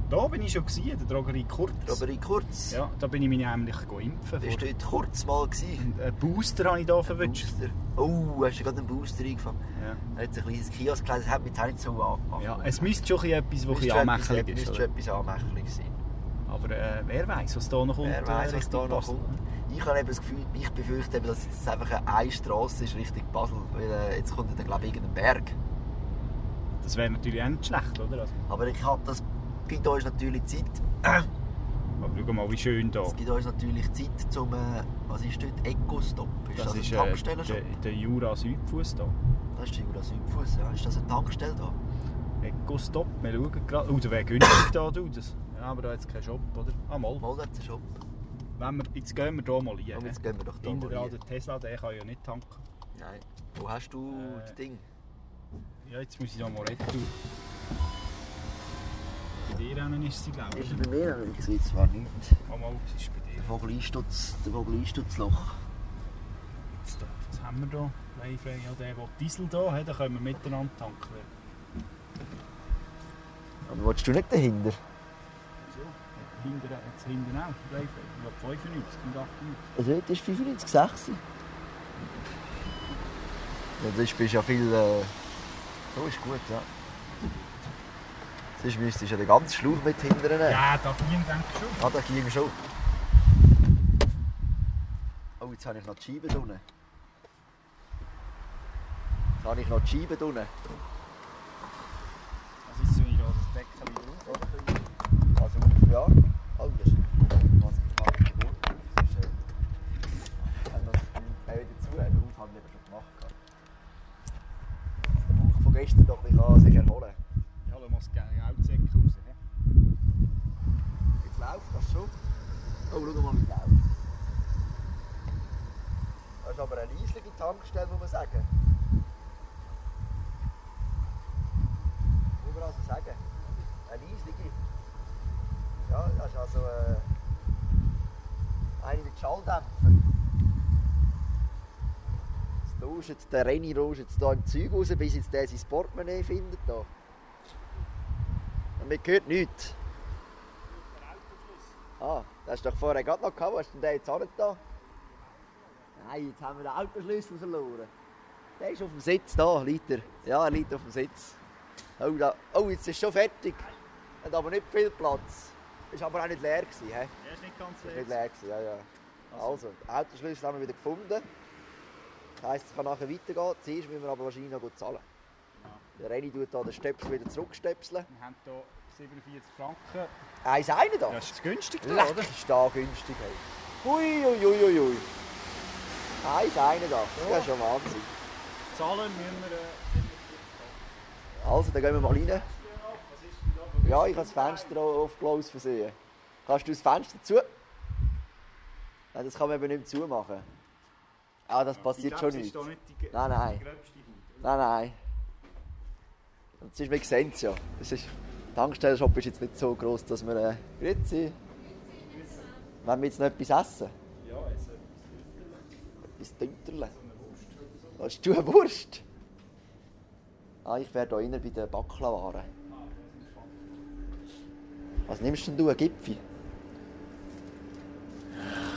Da bin ich schon, gewesen, in der Drogerie Kurz. Drogerie kurz. Ja, da bin ich mich nämlich go impfen. Bist du Vor... dort kurz mal gewesen? Einen Booster habe ich hier verwünscht. Booster. Oh, hast du gerade einen Booster eingefangen? Ja. Er hat ein kleines Kiosk gelesen, das hat mich jetzt auch nicht so angemacht. ja, es müsste schon ein bisschen etwas, Müsste was schon ein bisschen anmächelig etwas- ist, Müsste schon oder? etwas anmächelig sein. Aber äh, wer weiß, was da noch kommt. Wer weiß, äh, was da Richtung noch Basel. kommt. Ich habe eben das Gefühl, ich befürchte, eben, dass jetzt einfach eine eine Straße ist Richtung Basel, weil äh, jetzt kommt dann, glaube ich, irgendein Berg. Das wäre natürlich auch nicht schlecht, oder? Also, Aber ich habe das gibt uns natürlich Zeit. aber schau mal, wie schön da. Es gibt uns natürlich Zeit zum äh, was ist dort Ecostop? Ist das, ein äh, Tankstellenshop? der, der Jura Südfuss da. Das ist Jura Südfuss, ja. Ist das ein Tankstelle da? Ecostop, wir schauen gerade. Oh, der wäre günstig da, du. Das. Ja, aber da hat es keinen Shop, oder? Ah, mal. Mal dort ein Shop. Wenn wir, jetzt gehen wir hier mal rein. Aber jetzt gehen wir doch da Hinten mal dran rein. der Tesla, der kann ja nicht tanken. Nein. Wo hast du Äh. das Ding? Ja, jetzt muss ich da mal retour. Bei dir drinnen ist sie, glaube ich. Ist bei mir? Ich sehe zwar nicht. Ah, mal, es ist bei dir. Der Vogeleinstutz, der Vogeleinstutzloch. Jetzt da. Was haben wir da? Nein, Freddy, ja, der, der Diesel da hat, dann können wir miteinander tanken. Aber willst du nicht dahinter? So, hinten, jetzt hinten auch. Leifrey, ich glaube 95 und 98. Also heute ist 95, 6. Ja, das ist ja viel... Äh... So ist gut, ja. Sonst müsstest du ja den ganzen Schlauch mit hindern. nehmen. Ja, da hinten denke ich schon. Ah, da ging schon. Oh, jetzt habe ich noch die Scheibe unten. Jetzt habe ich noch die Scheibe unten. Also jetzt soll ich da das Deckel wieder auf. Also, ja. Oh, das ist... Was ich mache, ist gut. Das ist... Äh... Ich habe das äh, wieder zu, aber auf habe ich eben schon gemacht. gehabt. Dass Der Bauch von gestern doch ein bisschen sich erholen kann. Ja, dann muss gerne auch die Säcke raus. hä? Jetzt läuft das schon. Oh, schau mal, wie es läuft. Das ist aber eine leislige Tankstelle, muss man sagen. Muss man also sagen. Eine leislige. Ja, das ist also äh, eine mit Schalldämpfer. Jetzt rauscht der Renny rauscht jetzt hier im Zeug raus, bis jetzt der sein Portemonnaie findet. Da. Und man hört nichts. Ah, das ist doch vorher gerade noch gehabt. Was ist denn der jetzt auch nicht da? Nein, jetzt haben wir den Autoschlüssel verloren. Der ist auf dem Sitz da, liegt er. Ja, er liegt auf dem Sitz. Oh, da. oh jetzt ist schon fertig. Hat aber nicht viel Platz. Ist aber auch nicht leer gewesen, hä? Der ist nicht ganz Ist nicht leer gewesen, ja, ja. Also, den Autoschlüssel haben wir wieder gefunden. Das heisst, es kann nachher weitergehen. Zuerst müssen wir aber wahrscheinlich noch gut zahlen. Der Renny tut hier den Stöpsel wieder zurückstöpseln. Wir haben hier 47 Franken. 1,81. Ja, ist das günstig da, Leck, oder? ist da günstig. Hey. Ui, ui, ui, ui, ui. Eins, Ah, einer da. Das ist ja Wahnsinn. Zahlen müssen wir... Äh, Also, dann gehen wir mal rein. Ja, ich habe das Fenster au- auf Close versehen. Kannst du das Fenster zu? Nein, das kann man eben nicht mehr zumachen. Ah, das passiert schon ist nicht. da Nein, nicht die, Nein, nein. die gröbste Haut. nein. Und sonst, wir sehen es ja. Es ist, der Tankstellenshop ist jetzt nicht so gross, dass wir... Äh, Grüezi. Wollen wir jetzt noch etwas essen? Ja, jetzt... äh, Etwas Dünterle. Hast du eine Wurst? Ah, ich wäre hier bei der Baklawaren. Was nimmst denn du? Ein Gipfi?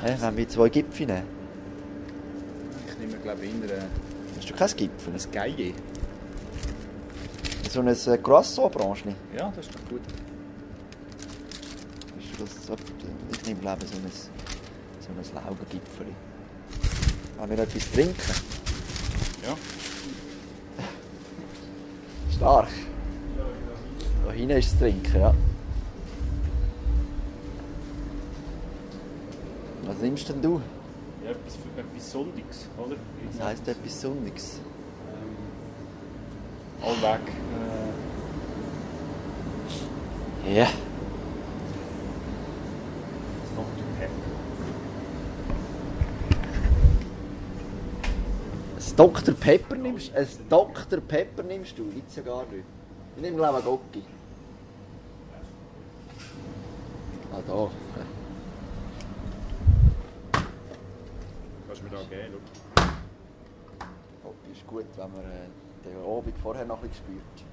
Hä, wenn wir zwei Gipfi nehmen? Ich nehme, glaube ich, eher, äh, Hast du kein Gipfel? ein Geige. So ein äh, Croissant-Branche. Ja, das ist doch gut. Ist das so- Ich nehme glaube ich, so ein, so ein Laugenpipfel. Wollen wir noch etwas trinken? Ja. Stark. Da hinten ist das Trinken, ja. Was nimmst denn du? Ja, etwas, für- etwas Sonntags, oder? Das heisst etwas Sonniges. Allweg. Ja. Ein Dr. Pepper nimmst du? Ein Dr. Pepper nimmst du? Gibt's ja gar nicht. Ich nehme glaube ich einen Gocki. Ah, da. Kannst du mir da geben, Gocki Oh, ist gut, wenn man äh, den Abend vorher noch ein bisschen spürt.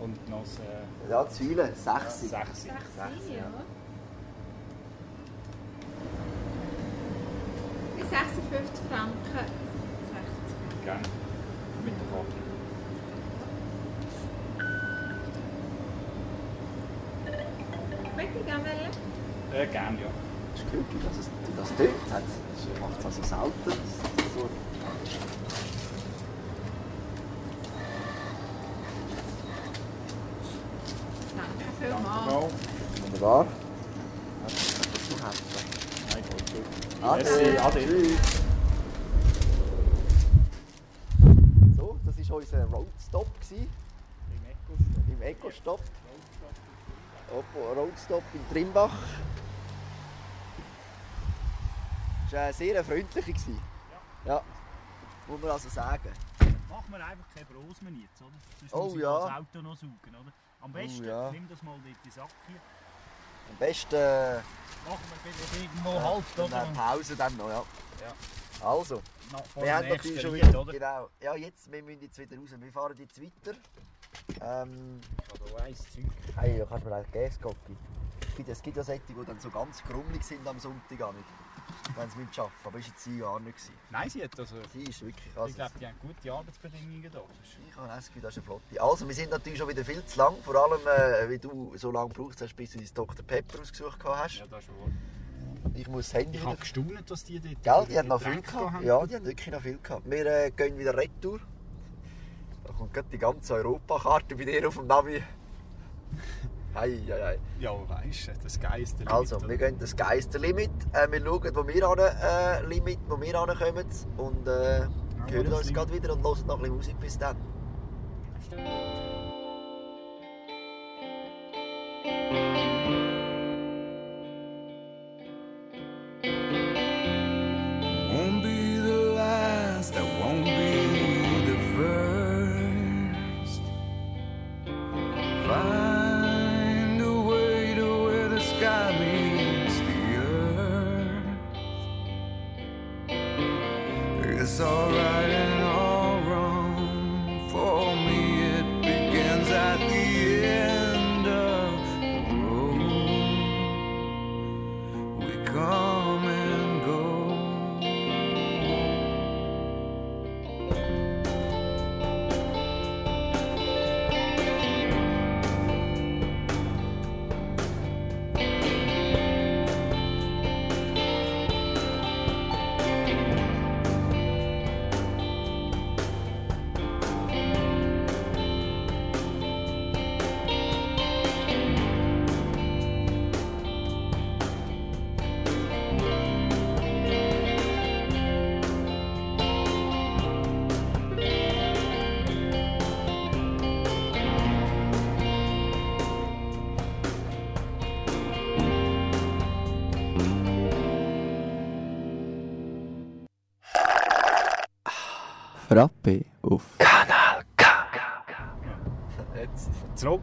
Und noch das äh, Ja, die Säule, 60. Sechsi. Bei 56 Franken 60. Gern. Mit der Karte. Betty gehen wollen? Äh, gerne, ja. Das ist glücklich, dass es dass das dort hat. Das macht es also selten. Das ist so. Danke vielmals. Wunderbar. Das zu helfen. Nein, voll gut. Ade. Merci, Ade. So, das war unser Roadstop gewesen, im Eco-Stop. Oppo Roadstop in Trimbach. Das war eine sehr freundliche. gewesen. Ja. Muss man also sagen. Machen wir einfach keine Brosmen jetzt, oder? Sonst Oh muss ich ja. Oh das Auto noch saugen, oder? Am besten, ja. nimm das mal in die Sack hier. Am besten äh, Machen wir vielleicht irgendwo halt, dann oder? eine Pause dann noch. Ja. Also, Nach vor wir dem haben natürlich nächsten schon Ried, wieder. oder? Genau. Ja, jetzt, wir müssen jetzt wieder raus. Wir fahren jetzt weiter. Ähm, Ich habe eins Zeug. Hey, da kannst du mir auch Gäskoppi. Es gibt ja solche, die dann so ganz grummelig sind am Sonntagabend, wenn sie mit arbeiten. Aber das war jetzt sie ja auch nicht. gewesen. Nein, sie hat also... Sie ist wirklich... Ich Also, glaube, die haben gute Arbeitsbedingungen da. Sonst- ich habe auch das Gefühl, das ist eine Flotte. Also, wir sind natürlich schon wieder viel zu lang. Vor allem, äh, wie du so lange gebraucht hast, bis du dein Dr. Pepper ausgesucht hast. Ja, das ist wahr. Ich muss das Handy Ich wieder... habe gestaunt, dass die dort... Gell, für die haben noch viel Getränke gehabt. haben. Ja, die haben wirklich noch viel gehabt. Wir äh, gehen wieder retour. Da kommt gerade die ganze Europakarte bei dir auf dem [LAUGHS] Navi. Hei, hei, hei. Ja, weisst du, das Geist. Also, wir gehen das Geisterlimit. Äh, wir schauen, wo wir an, äh, Limit, wo wir ankommen. Und äh, hören uns gerade wieder und hören noch ein bisschen Musik bis dann. Won't be the last, I won't be the first. Find a way to where the sky meets the earth. It's all right and all wrong. For me, it begins at the end of the road. We come and go. Frappe auf. Jetzt zurück.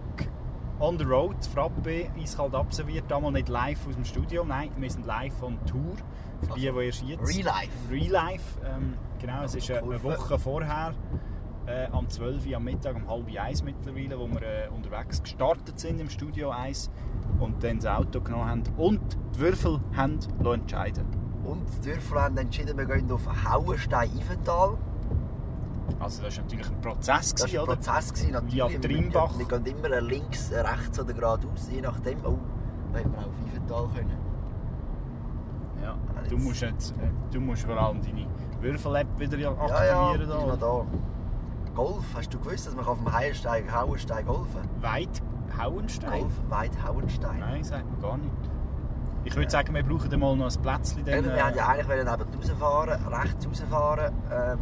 On the road, Frappe, eiskalt abserviert. Damals nicht live aus dem Studio, nein, wir sind live on Tour. Also, Für die, die erst jetzt... Real Life. Real Life, ähm, genau, es ist äh, eine Woche vorher, äh, am 12 Uhr am Mittag, um halb eins mittlerweile, wo wir äh, unterwegs gestartet sind im Studio 1 und dann das Auto genommen haben und die Würfel haben lassen entscheiden Und die Dörfer haben entschieden, wir gehen auf Hauenstein-Ivental. Also das war natürlich ein Prozess, Das gewesen, war ein oder? Prozess, gewesen, natürlich. Via Wir- Trimbach. Wir gehen immer links, rechts oder geradeaus, je nachdem. Oh, da hätten wir auch auf Ivental können. Ja. Du, musst jetzt, äh, du musst vor allem deine Würfel-App wieder Ja, ja, aktivieren. ist noch da. da. Golf, hast du gewusst, dass man auf dem Hauenstein, Hauenstein golfen Weit kann? Hauenstein? Golf, weit Hauenstein. Nein, sagt man gar nicht. Ich würde sagen, wir brauchen dann mal noch ein Plätzchen. Eben, Dann, äh, wir wollten ja eigentlich wollen eben rausfahren, rechts rausfahren, [CLEARS THROAT] ähm,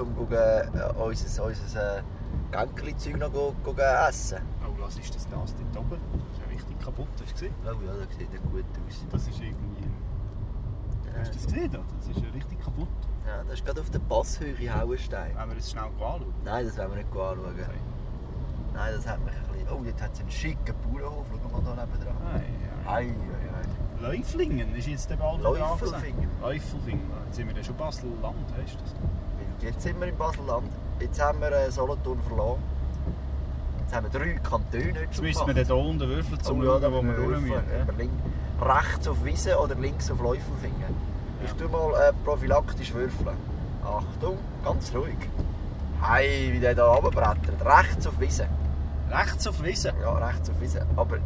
um gucken, äh, unser, unser äh, Gänkli-Zeug noch go, go gehen essen. Oh, was ist das das dort oben? Das ist ja richtig kaputt, hast du gesehen? Oh ja, das sieht ja gut aus. Das ist irgendwie... Hast du das gesehen? da? Das ist ja richtig kaputt. Ja, das ist gerade auf der Passhöhe Hauenstein. Wenn wir es schnell anschauen. Nein, das wollen wir nicht anschauen. Okay. Nein, das hat mich ein bisschen... Oh, jetzt hat es einen schicken Bauernhof. Schau mal da nebenan. Ei, ei, ei. Läuflingen ist jetzt der bald Läufelfingen. Läufelfingen. Jetzt sind wir dann schon Basel-Land, weißt du das? Jetzt sind wir in Baselland. Jetzt haben wir äh, Solothurn verloren. Jetzt haben wir drei Kantone. Oh, Jetzt müssen wir dann hier unten würfeln, um zu schauen, wo wir durch müssen. ja. Rechts auf Wiese oder links auf Läufelfingen. Ich tue mal äh, prophylaktisch würfeln. Achtung, ganz ruhig. Hey, wie der da oben brettert. Rechts auf Wiese. Rechts auf Wiese. Ja, rechts auf Wiese. Aber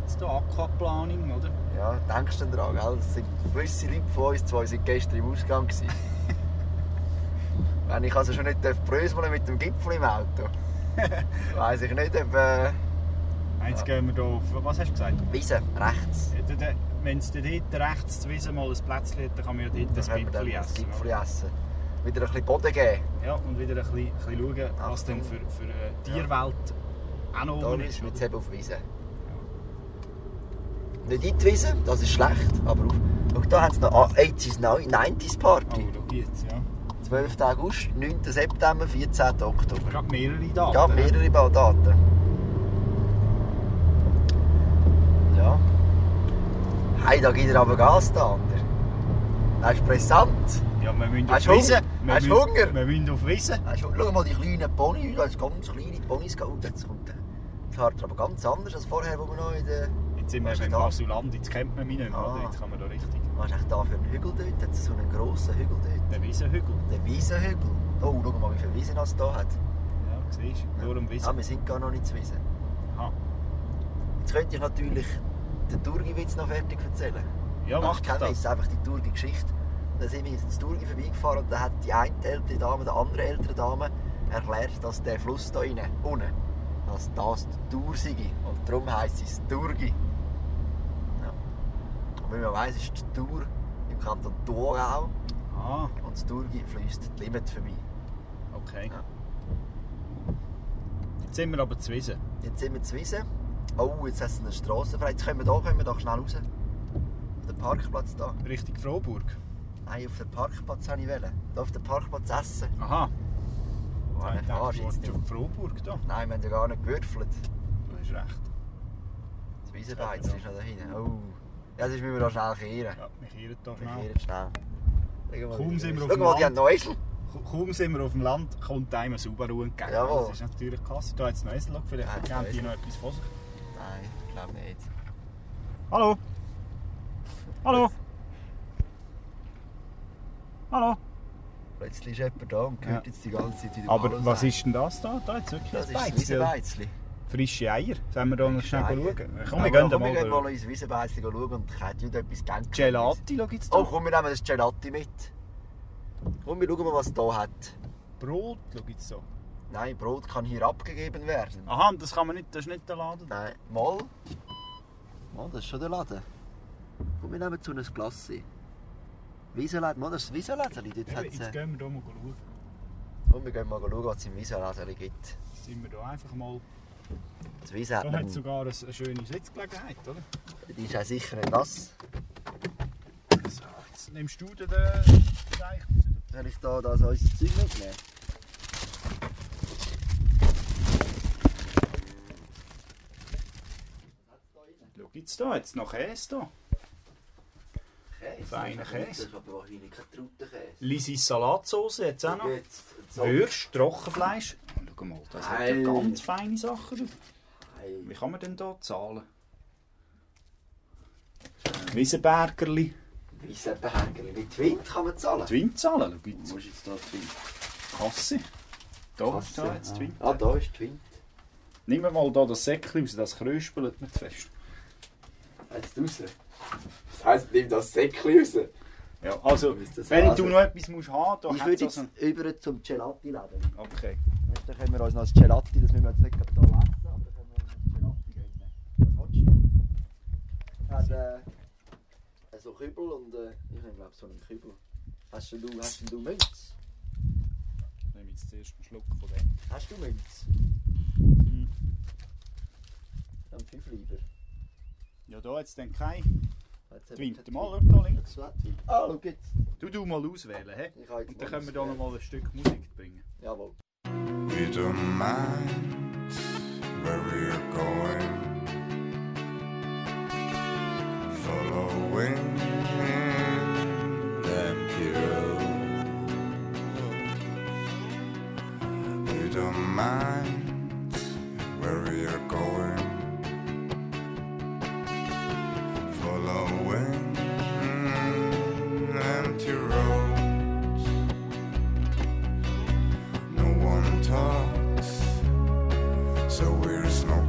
jetzt hier Aquaplaning, oder? Ja, denkst du denn daran, gell? Das sind gewisse Leute von uns zwei sind gestern im Ausgang. [LAUGHS] gewesen. Wenn ich also schon nicht darf bröseln mit dem Gipfel im [LAUGHS] Auto, weiss ich nicht, ob... Äh, Jetzt gehen wir hier auf, was hast du gesagt? Wiese, rechts. Ja, da- da- Wenn es dort rechts zu Wiesen mal ein Plätzchen hat, dann kann man ja dort das Dann können wir dann Gipfel essen. Das Gipfeli oder? essen. Wieder ein bisschen Boden geben. Ja, und wieder ein bisschen, ein bisschen schauen, was denn für, für äh, Tierwelt auch noch Da oben ist. müssen wir jetzt Oder? eben auf Wiese. Nicht in die Wiese, das ist schlecht, aber auf... Schau, da haben sie noch ah, 80s, 90s Party. Oh, da geht's, ja. 12. August, 9. September, 14. Oktober. Gerade mehrere da. Ja, oder? mehrere Baudaten. Ja. Hey, da gibt er aber Gas, der andere. Das ist brisant. Ja, wir müssen Hast auf du Wiesen. Hunger? Wir Hast du müssen- Hunger? Wir müssen auf Wiesen. Weisst du, Schau mal die kleinen Ponys, da sind ganz kleine Ponys. Und jetzt kommt der fährt er aber ganz anders als vorher, wo wir noch in der... Jetzt sind wir Weisst du eben im da? Basuland, jetzt kennt man mich nicht mehr. Ah. Oder? Jetzt kann man da richtig... Was ist echt da für ein Hügel dort? Hat es so einen grossen Hügel dort? Der Wiesenhügel. Der Wiesenhügel. Oh, schau mal, wie viele Wiesen es hier hat. Ja, siehst du, nur um Ah, Wiesen. wir sind gar noch nicht zu Wiesen. Aha. Jetzt könnte ich natürlich den Tourgi-Witz noch fertig erzählen. Ja, mach das. das. Ist einfach die tourige Geschichte. Dann sind wir in Tourgi vorbeigefahren und dann hat die eine ältere Dame, die andere ältere Dame erklärt, dass der Fluss da innen, unten, dass das die Tour sei. Und darum heisst es Tourgi. Ja. Und wie man weiss, ist die Tour im Kanton Thurgau Ah, und das Tourgi fließt die Limit vorbei. okay. Ja. Jetzt sind wir aber zu Wiesen. Jetzt sind wir zu Wiesen. Oh, jetzt hat es eine Straße frei. Jetzt können wir hier, können wir hier schnell raus. Auf den Parkplatz da. Richtung Frohburg. Nein, auf den Parkplatz wollte ich. Hier auf den Parkplatz essen. Aha. Wohin ich fahrst du dachte, jetzt du wolltest auf Frohburg da. Nein, wir haben ja gar nicht gewürfelt. Du hast recht. Das Wiesenbeiz ist noch da hinten. Oh. Ja, das müssen wir noch schnell kehren. Ja, wir kehren hier Wir schnell. kehren schnell. Schau mal, wie Genau. Kaum sind wir das auf ist. Schau dem mal, die haben Land. noch Esel. Ka- Kaum sind wir auf dem Land, kommt einem ein Subaru entgegen. Jawohl. Das ist natürlich klasse. Da hat es noch Esel, schau, Ja, vielleicht hat's haben noch die Esel. noch etwas vor sich. Nein, ich glaube nicht. Hallo? Hallo? Hallo? Plötzlich ist jemand da und hört Ja. jetzt die ganze Zeit wieder Aber Hallo was sagen. ist denn das da? Da jetzt wirklich das? ein ist das Beizchen. Wiesenbeizli. Frische Eier. Sollen wir da noch schnell Eier. schauen? Komm, Aber wir gehen da komm, mal wir gehen mal durch. ins Wiesenbeizli schauen und können heute etwas gänzlich. Gelati schau jetzt Oh, da. komm, wir nehmen das Gelati mit. Komm, wir schauen mal, was es hier hat. Brot schau jetzt da. Nein, Brot kann hier abgegeben werden. Aha, das kann man nicht, das ist nicht der Laden. Nein, mal. Mal, das ist schon der Laden. Komm, wir nehmen zu einem Glas. Wiesenladen, mal, das ist das Wiesenladen. Dort Eben, hat's, Jetzt äh, gehen wir da mal schauen. komm, wir gehen mal schauen, was es im Wiesenladen gibt. Jetzt sind wir da einfach mal. Das Wiesen hat Da hat es man, sogar eine eine schöne Sitzgelegenheit, oder? die ist auch sicher nicht nass. So, jetzt nimmst du den Teich raus. Soll ich da das unser Zeug mitnehmen? Schau jetzt da, jetzt noch Käse da. Käse. Feiner Käse. Das ist aber wahrscheinlich kein Trautenkäse. Lisi Salatsauce jetzt auch noch. Jetzt, so. Würst, Trockenfleisch. Und Schau mal, das hat ja Ei. ganz feine Sachen. du. Ei. Wie kann man denn da zahlen? Wiesenbergerli. Wiesenbergerli. Mit Wind kann man zahlen. Twin zahlen, schau jetzt. Wo ist jetzt da die Wind? Kasse. Da, Kasse, da jetzt Twin. Ah, da ist die Wind. Nimm mal da das Säckchen raus, das kröspelt nicht fest. Jetzt raus. Das heisst, nimm das Säckchen raus. Ja, also, Ist das wenn Wahnsinn? du noch etwas musst haben, da Ich hat würde das jetzt einen... über zum Gelati-Laden. Okay. Weißt, Dann können wir uns noch das Gelati, das müssen wir jetzt nicht gerade hier essen, aber dann können wir uns das Gelati gönnen. Was willst du? Ich habe äh, so Kübel und äh, ich habe glaube so einen Kübel. Hast denn du, hast denn du Münz? Ich nehme jetzt zuerst einen Schluck von dem. Hast du Münz? Hm. Dann fünf lieber. Ja, da jetzt dann kein. Jetzt haben wir Twinte keinen mal, Twin. schau da links. Das war Twin. Ah, schau jetzt. Du du mal auswählen, hä? Ich kann jetzt Und dann mal können wir da auswählen. noch mal ein Stück Musik bringen. Jawohl. We don't mind where we're going. Following empty road. We don't mind where we're going. Following empty road. No one talks, so we're smoking.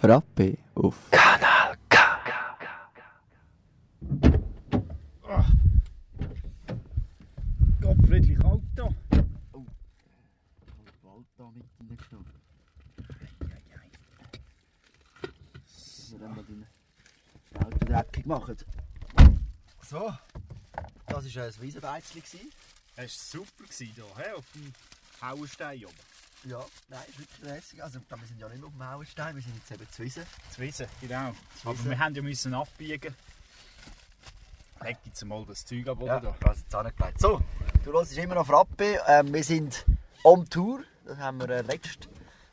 Frappe auf. Gottfriedlich Auto. da mit reingeschnurrt. Wir haben mal deine Augen dreckig gemacht. So, das war ein Wiesenbeizchen. gewesen. Es war super gewesen hier, he? auf dem Hauenstein oben. Ja, nein, ist wirklich lässig. Also, wir sind ja nicht mehr auf dem Mauerstein, wir sind jetzt eben zu Wiesen. Zu Wiesen, genau. Aber Wiesen. wir haben ja müssen abbiegen. Leg jetzt mal das Zeug ab, Ja, oder? da ist jetzt angelegt. So, du hörst immer noch Frappe. Ähm, wir sind on Tour. Das haben wir äh, letzten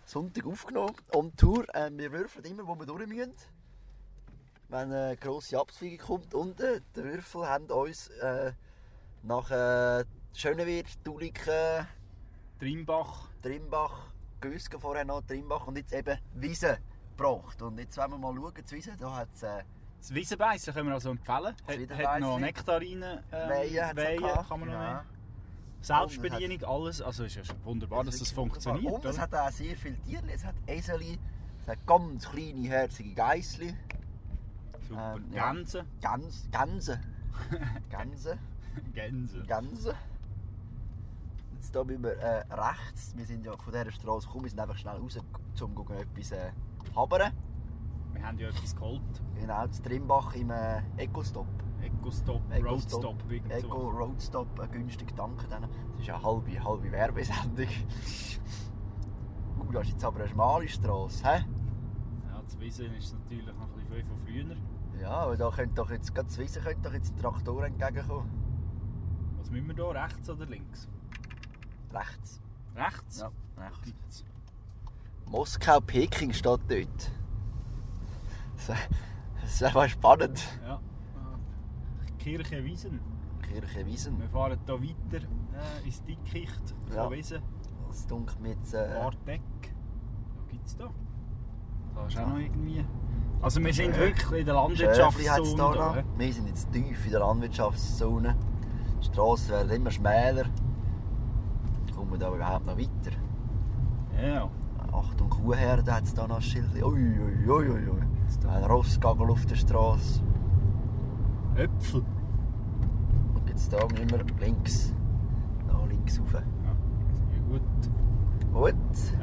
Sonntag aufgenommen. On Tour. Ähm, wir würfeln immer, wo wir durch müssen. Wenn eine grosse Abzweigung kommt. Und äh, die Würfel haben uns äh, nach äh, Schönewirt, Tuliken, Trimbach. Trimbach, Güsken vorher noch, Trimbach und jetzt eben Wiese gebracht. Und jetzt wollen wir mal schauen, zu Wiese. Da hat es äh, Das Wiesenbeissen können wir also empfehlen. Hat, hat Wiesenbeisschen. noch Nektarinen, ähm, Wehen. hat's Wehen noch gehabt. kann man noch Genau. nehmen. Selbstbedienung, alles. Also ist ja schon wunderbar, dass das ist wirklich wunderbar. funktioniert. Und es oder? hat auch sehr viele Tiere. Es hat Eseli, es hat ganz kleine, herzige Geissli, Super. ähm, ja. Gänse. Gans, [LAUGHS] Gänse. Gänse. Gänse. Gänse. Jetzt hier müssen wir äh, rechts. Wir sind ja von dieser Straße gekommen. Wir sind einfach schnell raus, um zu schauen, etwas äh, habern. Wir haben ja etwas geholt. Genau, zu Trimbach im äh, Ecostop. Ecostop, Ecostop. Roadstop, irgend Eco so. Roadstop, äh, günstig danken denen. Das ist eine halbe, halbe Werbesendung. [LAUGHS] Uh, das ist jetzt aber eine schmale Straße, hä? Ja, zu Wiesen ist natürlich noch ein bisschen von früher. Ja, aber da könnte doch jetzt, gerade zu Wiesen könnte doch jetzt ein Traktor entgegenkommen. Was müssen wir hier? Rechts oder links? Rechts. Rechts? Ja, rechts. Gibt's. Moskau-Peking steht dort. [LAUGHS] Das ist einfach spannend. Ja. Kirche Wiesen. Kirche Wiesen. Wir fahren hier weiter äh, ins Dickicht von Ja. Wiesen. Das dunkelt mir jetzt. Äh, Bartek. Was gibt es da? Da ist auch noch irgendwie... Also wir sind wirklich in der Äh. Schäfli hat es Landwirtschaftszone da da, noch. he? Wir sind jetzt tief in der Landwirtschaftszone. Die Strassen werden immer schmäler. Kommen wir da überhaupt noch weiter? Ja. Achtung, Kuhherde hat es da noch ein Schild. Ui, ui, ui, ui, ui. Ein Rossgagel auf der Straße. Äh. Äpfel. Und jetzt da müssen wir links. Da links rauf. Ja gut. Gut.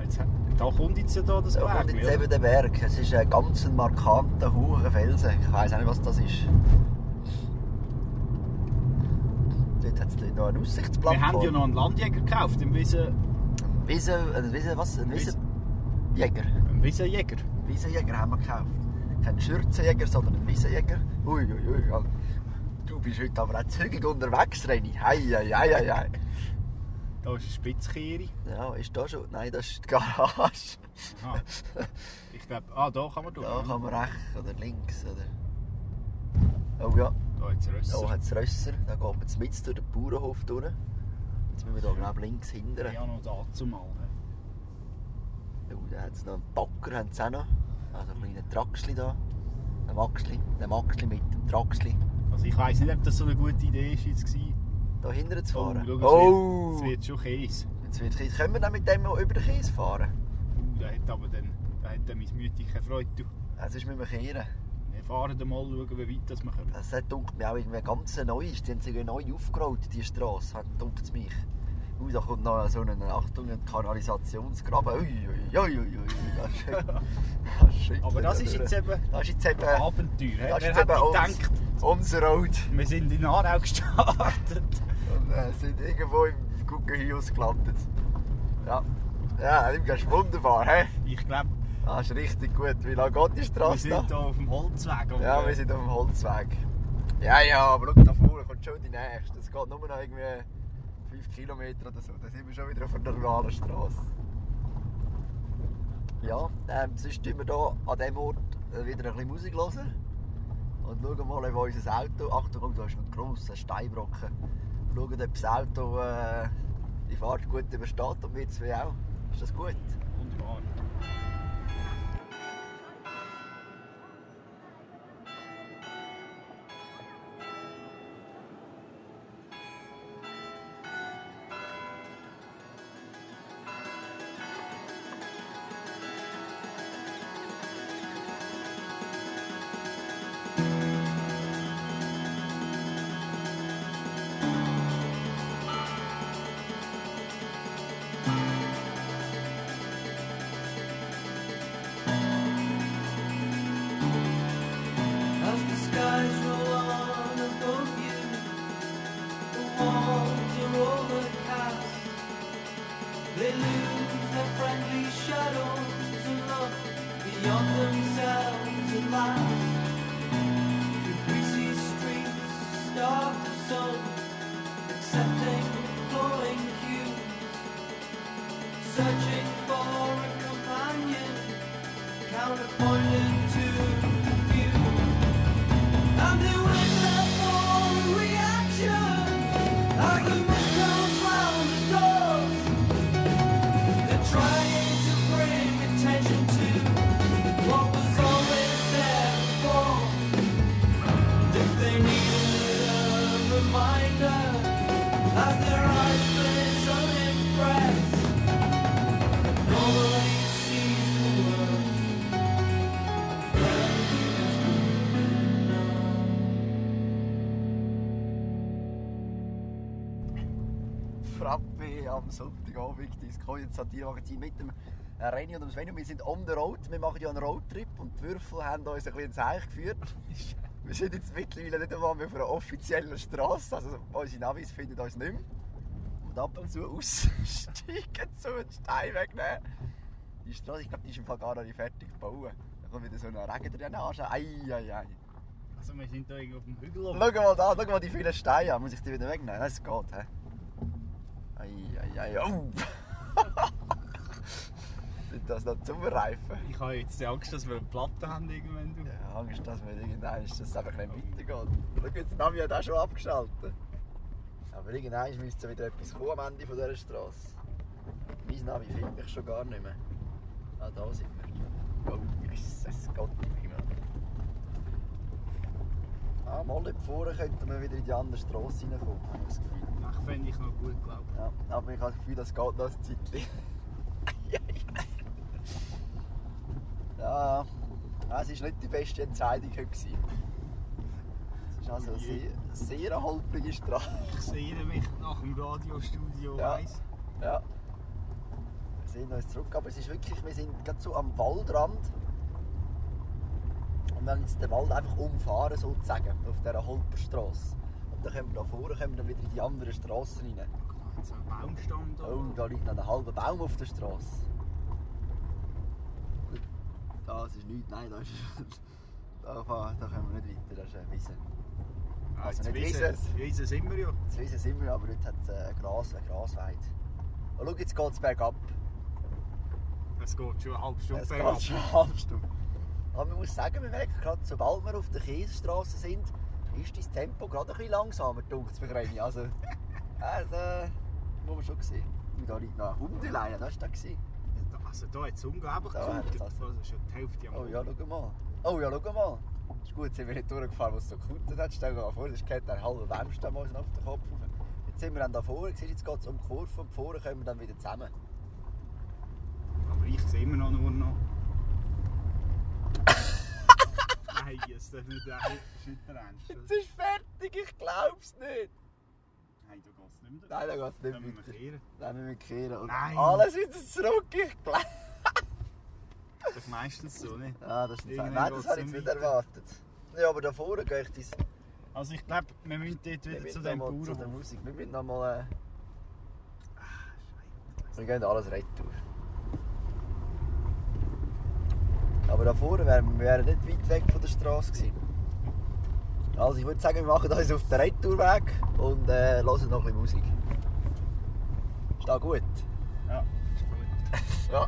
Jetzt, hat- da kommt jetzt ja da das Ja, Berg, und jetzt oder? eben der Berg. Es ist ein ganz ein markanter, hoher Felsen. Ich weiß auch nicht, was das ist. Dort hat es noch eine Wir haben Aussichtsplattform. ja noch einen Landjäger gekauft, im Wiesen... einen Wiesen... Einen Wiesen äh, was? Einen Wies- Wiesenjäger. Ein Wiesenjäger. Einen Wiesenjäger haben wir gekauft. Kein Schürzenjäger, sondern einen Wiesenjäger. Uiuiui. Ui, ui. Du bist heute aber auch zügig unterwegs, Reni. Hei, hei, hei, hei, hei. Da ist eine Spitzkehre. Ja, ist da schon... Nein, das ist die Garage. [LAUGHS] Aha. Ich glaube, ah, da kann man durch. Da Da, kann man rechts oder links oder... Oh ja. Oh, da jetzt Da Rösser. hat es Rösser, da geht man mitten durch den Bauernhof durch. Jetzt müssen wir hier glaub, links Ja, hindern. ja noch da zumal. he. Oh, da hat es noch einen Bagger, haben sie auch noch. Also einen kleinen Traxli da. Ein Maxli, ein Maxli mit dem Traxli. Also ich weiß nicht, ob das so eine gute Idee ist jetzt gewesen. Da hinten zu fahren. schau, es Oh! Wird, es wird schon Käse. Jetzt wird Kies. Können wir dann mit dem noch über den Kies fahren? Uh, da hat aber dann, da hat dann mein Mütti keine Freude. Du, Ja, Sonst müssen wir kehren. Wir fahren dann mal schauen, wie weit das wir kommen. Das dunkelt mir auch irgendwie ganz neu ist. Die haben sie neu aufgerollt, die Straße. Dunkelt mich. Oh, da kommt noch so eine Achtung, ein Kanalisationsgraben. Uiuiui, ui, ui, ui, das [LAUGHS] schüttelt- das schüttelt Aber das ist durch. jetzt eben Das ist jetzt eben, ein Abenteuer. he. Äh, das ist Wer jetzt hätte eben gedacht, uns, unser Road. wir sind in Aarau [LAUGHS] gestartet. Und äh, sind irgendwo im Guggenhaus gelandet. Ja, ja das ist wunderbar. He? Ich glaube, Das ist richtig gut. Wie lange geht die wir Straße sind noch? hier auf dem Holzweg. aber- Ja, wir sind auf dem Holzweg. Ja, ja, aber schau, da vorne kommt schon die nächste. Es geht nur noch irgendwie 5 Kilometer oder so. Dann sind wir schon wieder auf der normalen Straße. Ja, ähm, sonst tun wir hier an diesem Ort äh, wieder ein bisschen Musik hören. Und schauen mal, ob unser Auto. Achtung, guck, da ist ein grosser Steinbrocken. Schauen, ob das Auto äh, die Fahrt gut übersteht und wir zwei auch. Ist das gut? Wunderbar. beyond themselves at last. Through greasy streets, starved of sun, accepting flowing cues, searching for a companion, counterpointing to the few. I'm doing that for a reaction. As the mist comes round the doors, they're trying to bring attention to what was always there before. If they needed a reminder, as their eyes blaze unimpressed, nobody sees the world. Frappe am Sonntagabend, Disco, jetzt Satiremagazin mit dem Reni und dem Sven. Und wir sind on the road, wir machen ja einen Roadtrip und die Würfel haben uns ein bisschen ins Eich geführt. Wir sind jetzt mittlerweile nicht einmal mehr auf einer offiziellen Straße, also unsere Navis finden uns nicht mehr. Und ab und zu aussteigen, [LAUGHS] zu einem Stein wegnehmen. Die Straße, ich glaube, die ist im Fall gar noch nicht fertig gebaut. Da kommt wieder so ein Regen drin an, ei, ei, ei. Also wir sind da irgendwo auf dem Hügel Schau oben. mal da, schau mal die vielen Steine an, muss ich die wieder wegnehmen? Das geht, hä? Ei, ei, ei, au! [LAUGHS] Sind das noch Zumerreifen? Ich habe jetzt Angst, dass wir eine Platte haben irgendwann. Du. Ja, Angst, dass man irgendwann dass es einfach nicht weitergeht. Schau, jetzt Navi hat auch schon abgeschaltet. Aber irgendwann müsste wieder etwas kommen am Ende von dieser Straße. Mein Navi findet mich schon gar nicht mehr. Ah, da sind wir. Oh, Jesus Gott im Himmel. Ah, mal dort vorne könnten wir wieder in die andere Straße reinkommen, habe ich das Gefühl. Das fände ich noch gut, glaube Ja, aber ich habe das Gefühl, das geht noch ein Zeitchen. ja, ja, es war nicht die beste Entscheidung heute. gewesen. Es ist also eine sehr, sehr eine holprige Straße. ich. Ich sehne mich nach dem Radiostudio Ja. 1. Ja. Wir sehen uns zurück, aber es ist wirklich, wir sind gerade so am Waldrand. Und wenn jetzt den Wald einfach umfahren, sozusagen, auf dieser Holperstrasse. Und dann können wir da vorne können wir dann wieder in die anderen Strassen rein. Guck mal, jetzt ein Baumstamm da. Oh, da liegt noch ein halber Baum auf der Straße. Das ist nichts, nein, das ist. [LAUGHS] Da, fahr- da können wir nicht weiter, das ist eine Wiese. Ah, also jetzt nicht wissen- dieses. wissen sind wir ja. Jetzt Wiese sind wir, aber heute hat es äh, Gras, eine Grasweide. Oh, schau, jetzt geht es bergab. Es geht schon eine halbe Stunde Es bergab. geht schon eine halbe Stunde. Aber man muss sagen, wir merken gerade, sobald wir auf der Kiesstraße sind, ist dein Tempo gerade ein bisschen langsamer, dunkt mich, Reni. Also, [LAUGHS] äh, das äh, muss man schon sehen. Und da liegt noch eine Hundeleine, das war das. Also da hat es unglaublich Da hat's gesucht. das. Also schon die Hälfte am Oh ja, schau mal. Oh ja, schau mal. Ist gut, sind wir nicht durchgefahren, was so gekuttet hat. Stell dir mal vor, das geht ein halber Baumstamm uns noch auf den Kopf. rauf. Jetzt sind wir dann da vorne, siehst du, jetzt geht es um die Kurve und vorne kommen wir dann wieder zusammen. Aber ich sehe immer noch nur noch. Nein, das darf nicht der Schütter ernst. Nein, ist fertig, ich glaub's nicht. da geht es nicht mehr. Nein, da geht's nicht Dann müssen wir weiter. kehren. Dann müssen wir kehren und Nein. alles wieder zurück, ich glaube. Das ist meistens so, ne? Ah, das ist nicht so. Irgendwann Nein, das geht's habe ich jetzt dann nicht weiter. erwartet. Ja, aber da vorne gehe ich das... Also ich glaube, wir müssen Wir dort wieder zu müssen dem noch mal zu der Bauernhof. Musik. Wir müssen nochmal... Äh... Wir gehen alles retour. Aber da vorne wären wir wären nicht weit weg von der Straße gewesen. Also ich würde sagen, wir machen uns auf den Retourweg und äh, hören noch ein bisschen Musik. Ist das gut? Ja, ist gut. Ja.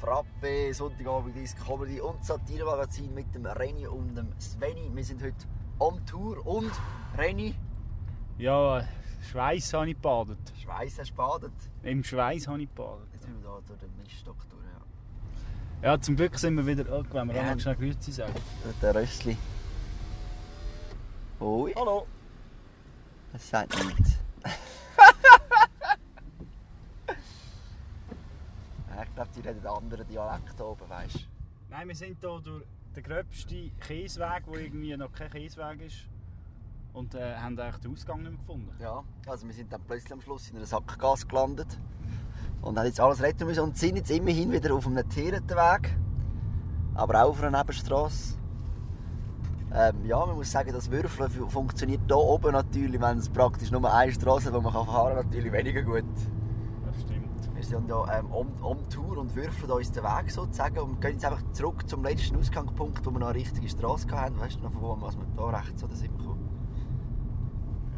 Frappe, Sonntagabend ist Comedy und Satiremagazin mit dem Reni und dem Sveni. Wir sind heute on Tour und Reni, Ja, Schweiß habe ich gebadet. Schweiß hast du badet. Im Schweiß habe ich gebadet. Jetzt sind wir hier durch den Miststock durch. Ja. Ja, zum Glück sind wir wieder angekommen. Wir Ja. haben noch schnell Grüezi sagen. Und Der Rössli. Ui, Hallo. das sagt nichts. [LAUGHS] Ja, ich glaube, die reden einen anderen Dialekt oben, weißt du? Nein, wir sind hier durch den gröbsten Käseweg, der irgendwie noch kein Käseweg ist. Und äh, haben eigentlich den Ausgang nicht mehr gefunden. Ja, also wir sind dann plötzlich am Schluss in einer Sackgasse gelandet und haben jetzt alles retten müssen und sind jetzt immerhin wieder auf einem tierten Weg, aber auch auf einer Nebenstrasse. Ähm, ja, man muss sagen, das Würfeln fu- funktioniert hier oben natürlich, wenn es praktisch nur eine Straße, wo man kann fahren kann, natürlich weniger gut. Das stimmt. Wir sind ja ähm, um, um Tour und würfeln uns den Weg sozusagen und gehen jetzt einfach zurück zum letzten Ausgangspunkt, wo wir noch eine richtige Straße hatten. Weißt du noch, von wo was wir da rechts oder sind wir gekommen?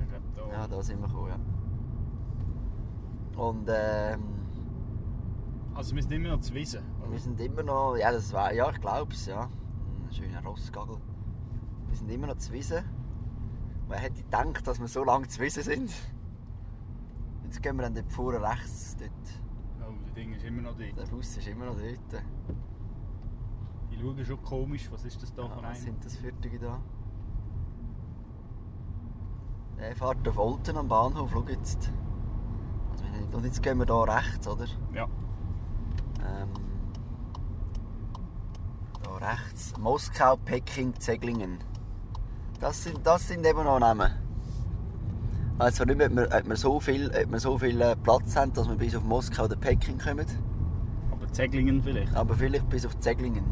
Ich glaube, da. Ja, da sind wir gekommen, ja. Und ähm, Also, wir sind immer noch zu Wiesen. wir sind immer noch, ja das war, ja ich glaube es, ja. Ein schöner Rossgagel. Wir sind immer noch zu Wiesen. Wer hätte gedacht, dass wir so lange zu Wiesen sind? Jetzt gehen wir dann dort vorne rechts, dort. Oh, das Ding ist immer noch dort. Der Bus ist immer noch dort. Die schauen schon komisch. Was ist das da Ja, für was ein? sind das für Dinge da? Der fährt auf Olten am Bahnhof, schau jetzt. Also wir nicht- Und jetzt gehen wir hier rechts, oder? Ja. Ähm, da rechts. Moskau, Peking, Zeglingen. Das sind, das sind eben noch Namen. Also nicht, mehr, ob wir, ob wir so viel, ob wir so viel äh, Platz haben, dass wir bis auf Moskau oder Peking kommen. Aber Zeglingen vielleicht. Aber vielleicht bis auf Zeglingen.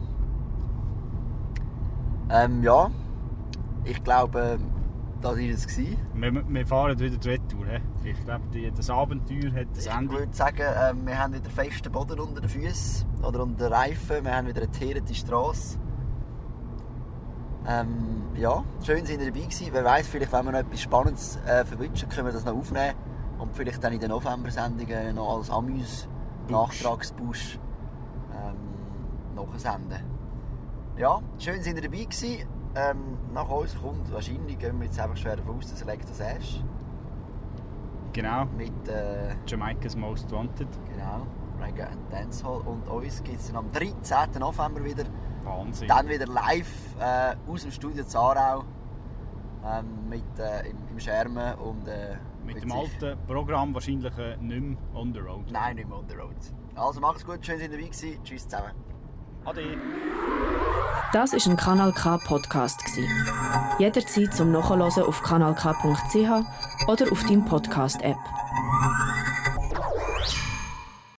Ähm, ja. Ich glaube, äh, das war es. Gewesen. Wir, wir fahren wieder die Retour. hä? Ich glaube, die- das Abenteuer hat das Ich Ende. würde sagen, ähm, wir haben wieder festen Boden unter den Füßen oder unter den Reifen. Wir haben wieder eine teerte Straße. Ähm, ja, schön sind ihr dabei gewesen. Wer weiß, vielleicht, wenn wir noch etwas Spannendes äh, verwünschen, können wir das noch aufnehmen und vielleicht dann in den November-Sendungen noch als Amüs-Nachtragsbusch ähm, nachsenden. Ja, schön sind ihr dabei gewesen. Ähm, nach uns kommt wahrscheinlich, gehen wir jetzt einfach schwer davon aus, dass Electus Ash Genau. mit... Äh, Jamaica's Most Wanted. Genau, Reggae and Dancehall. Und uns gibt es am 13. November wieder. Wahnsinn. Dann wieder live äh, aus dem Studio Zarau. Ähm, mit, äh, im, im Schermen und äh, Mit dem sich- alten Programm wahrscheinlich äh, nicht mehr on the road. Nein, nicht mehr on the road. Also macht's gut, schön, dass ihr dabei gewesen. Tschüss zusammen. Ade. Das ist ein Kanal K Podcast gsi. Jederzeit zum Nachhören auf kanalk.ch oder auf deinem Podcast App.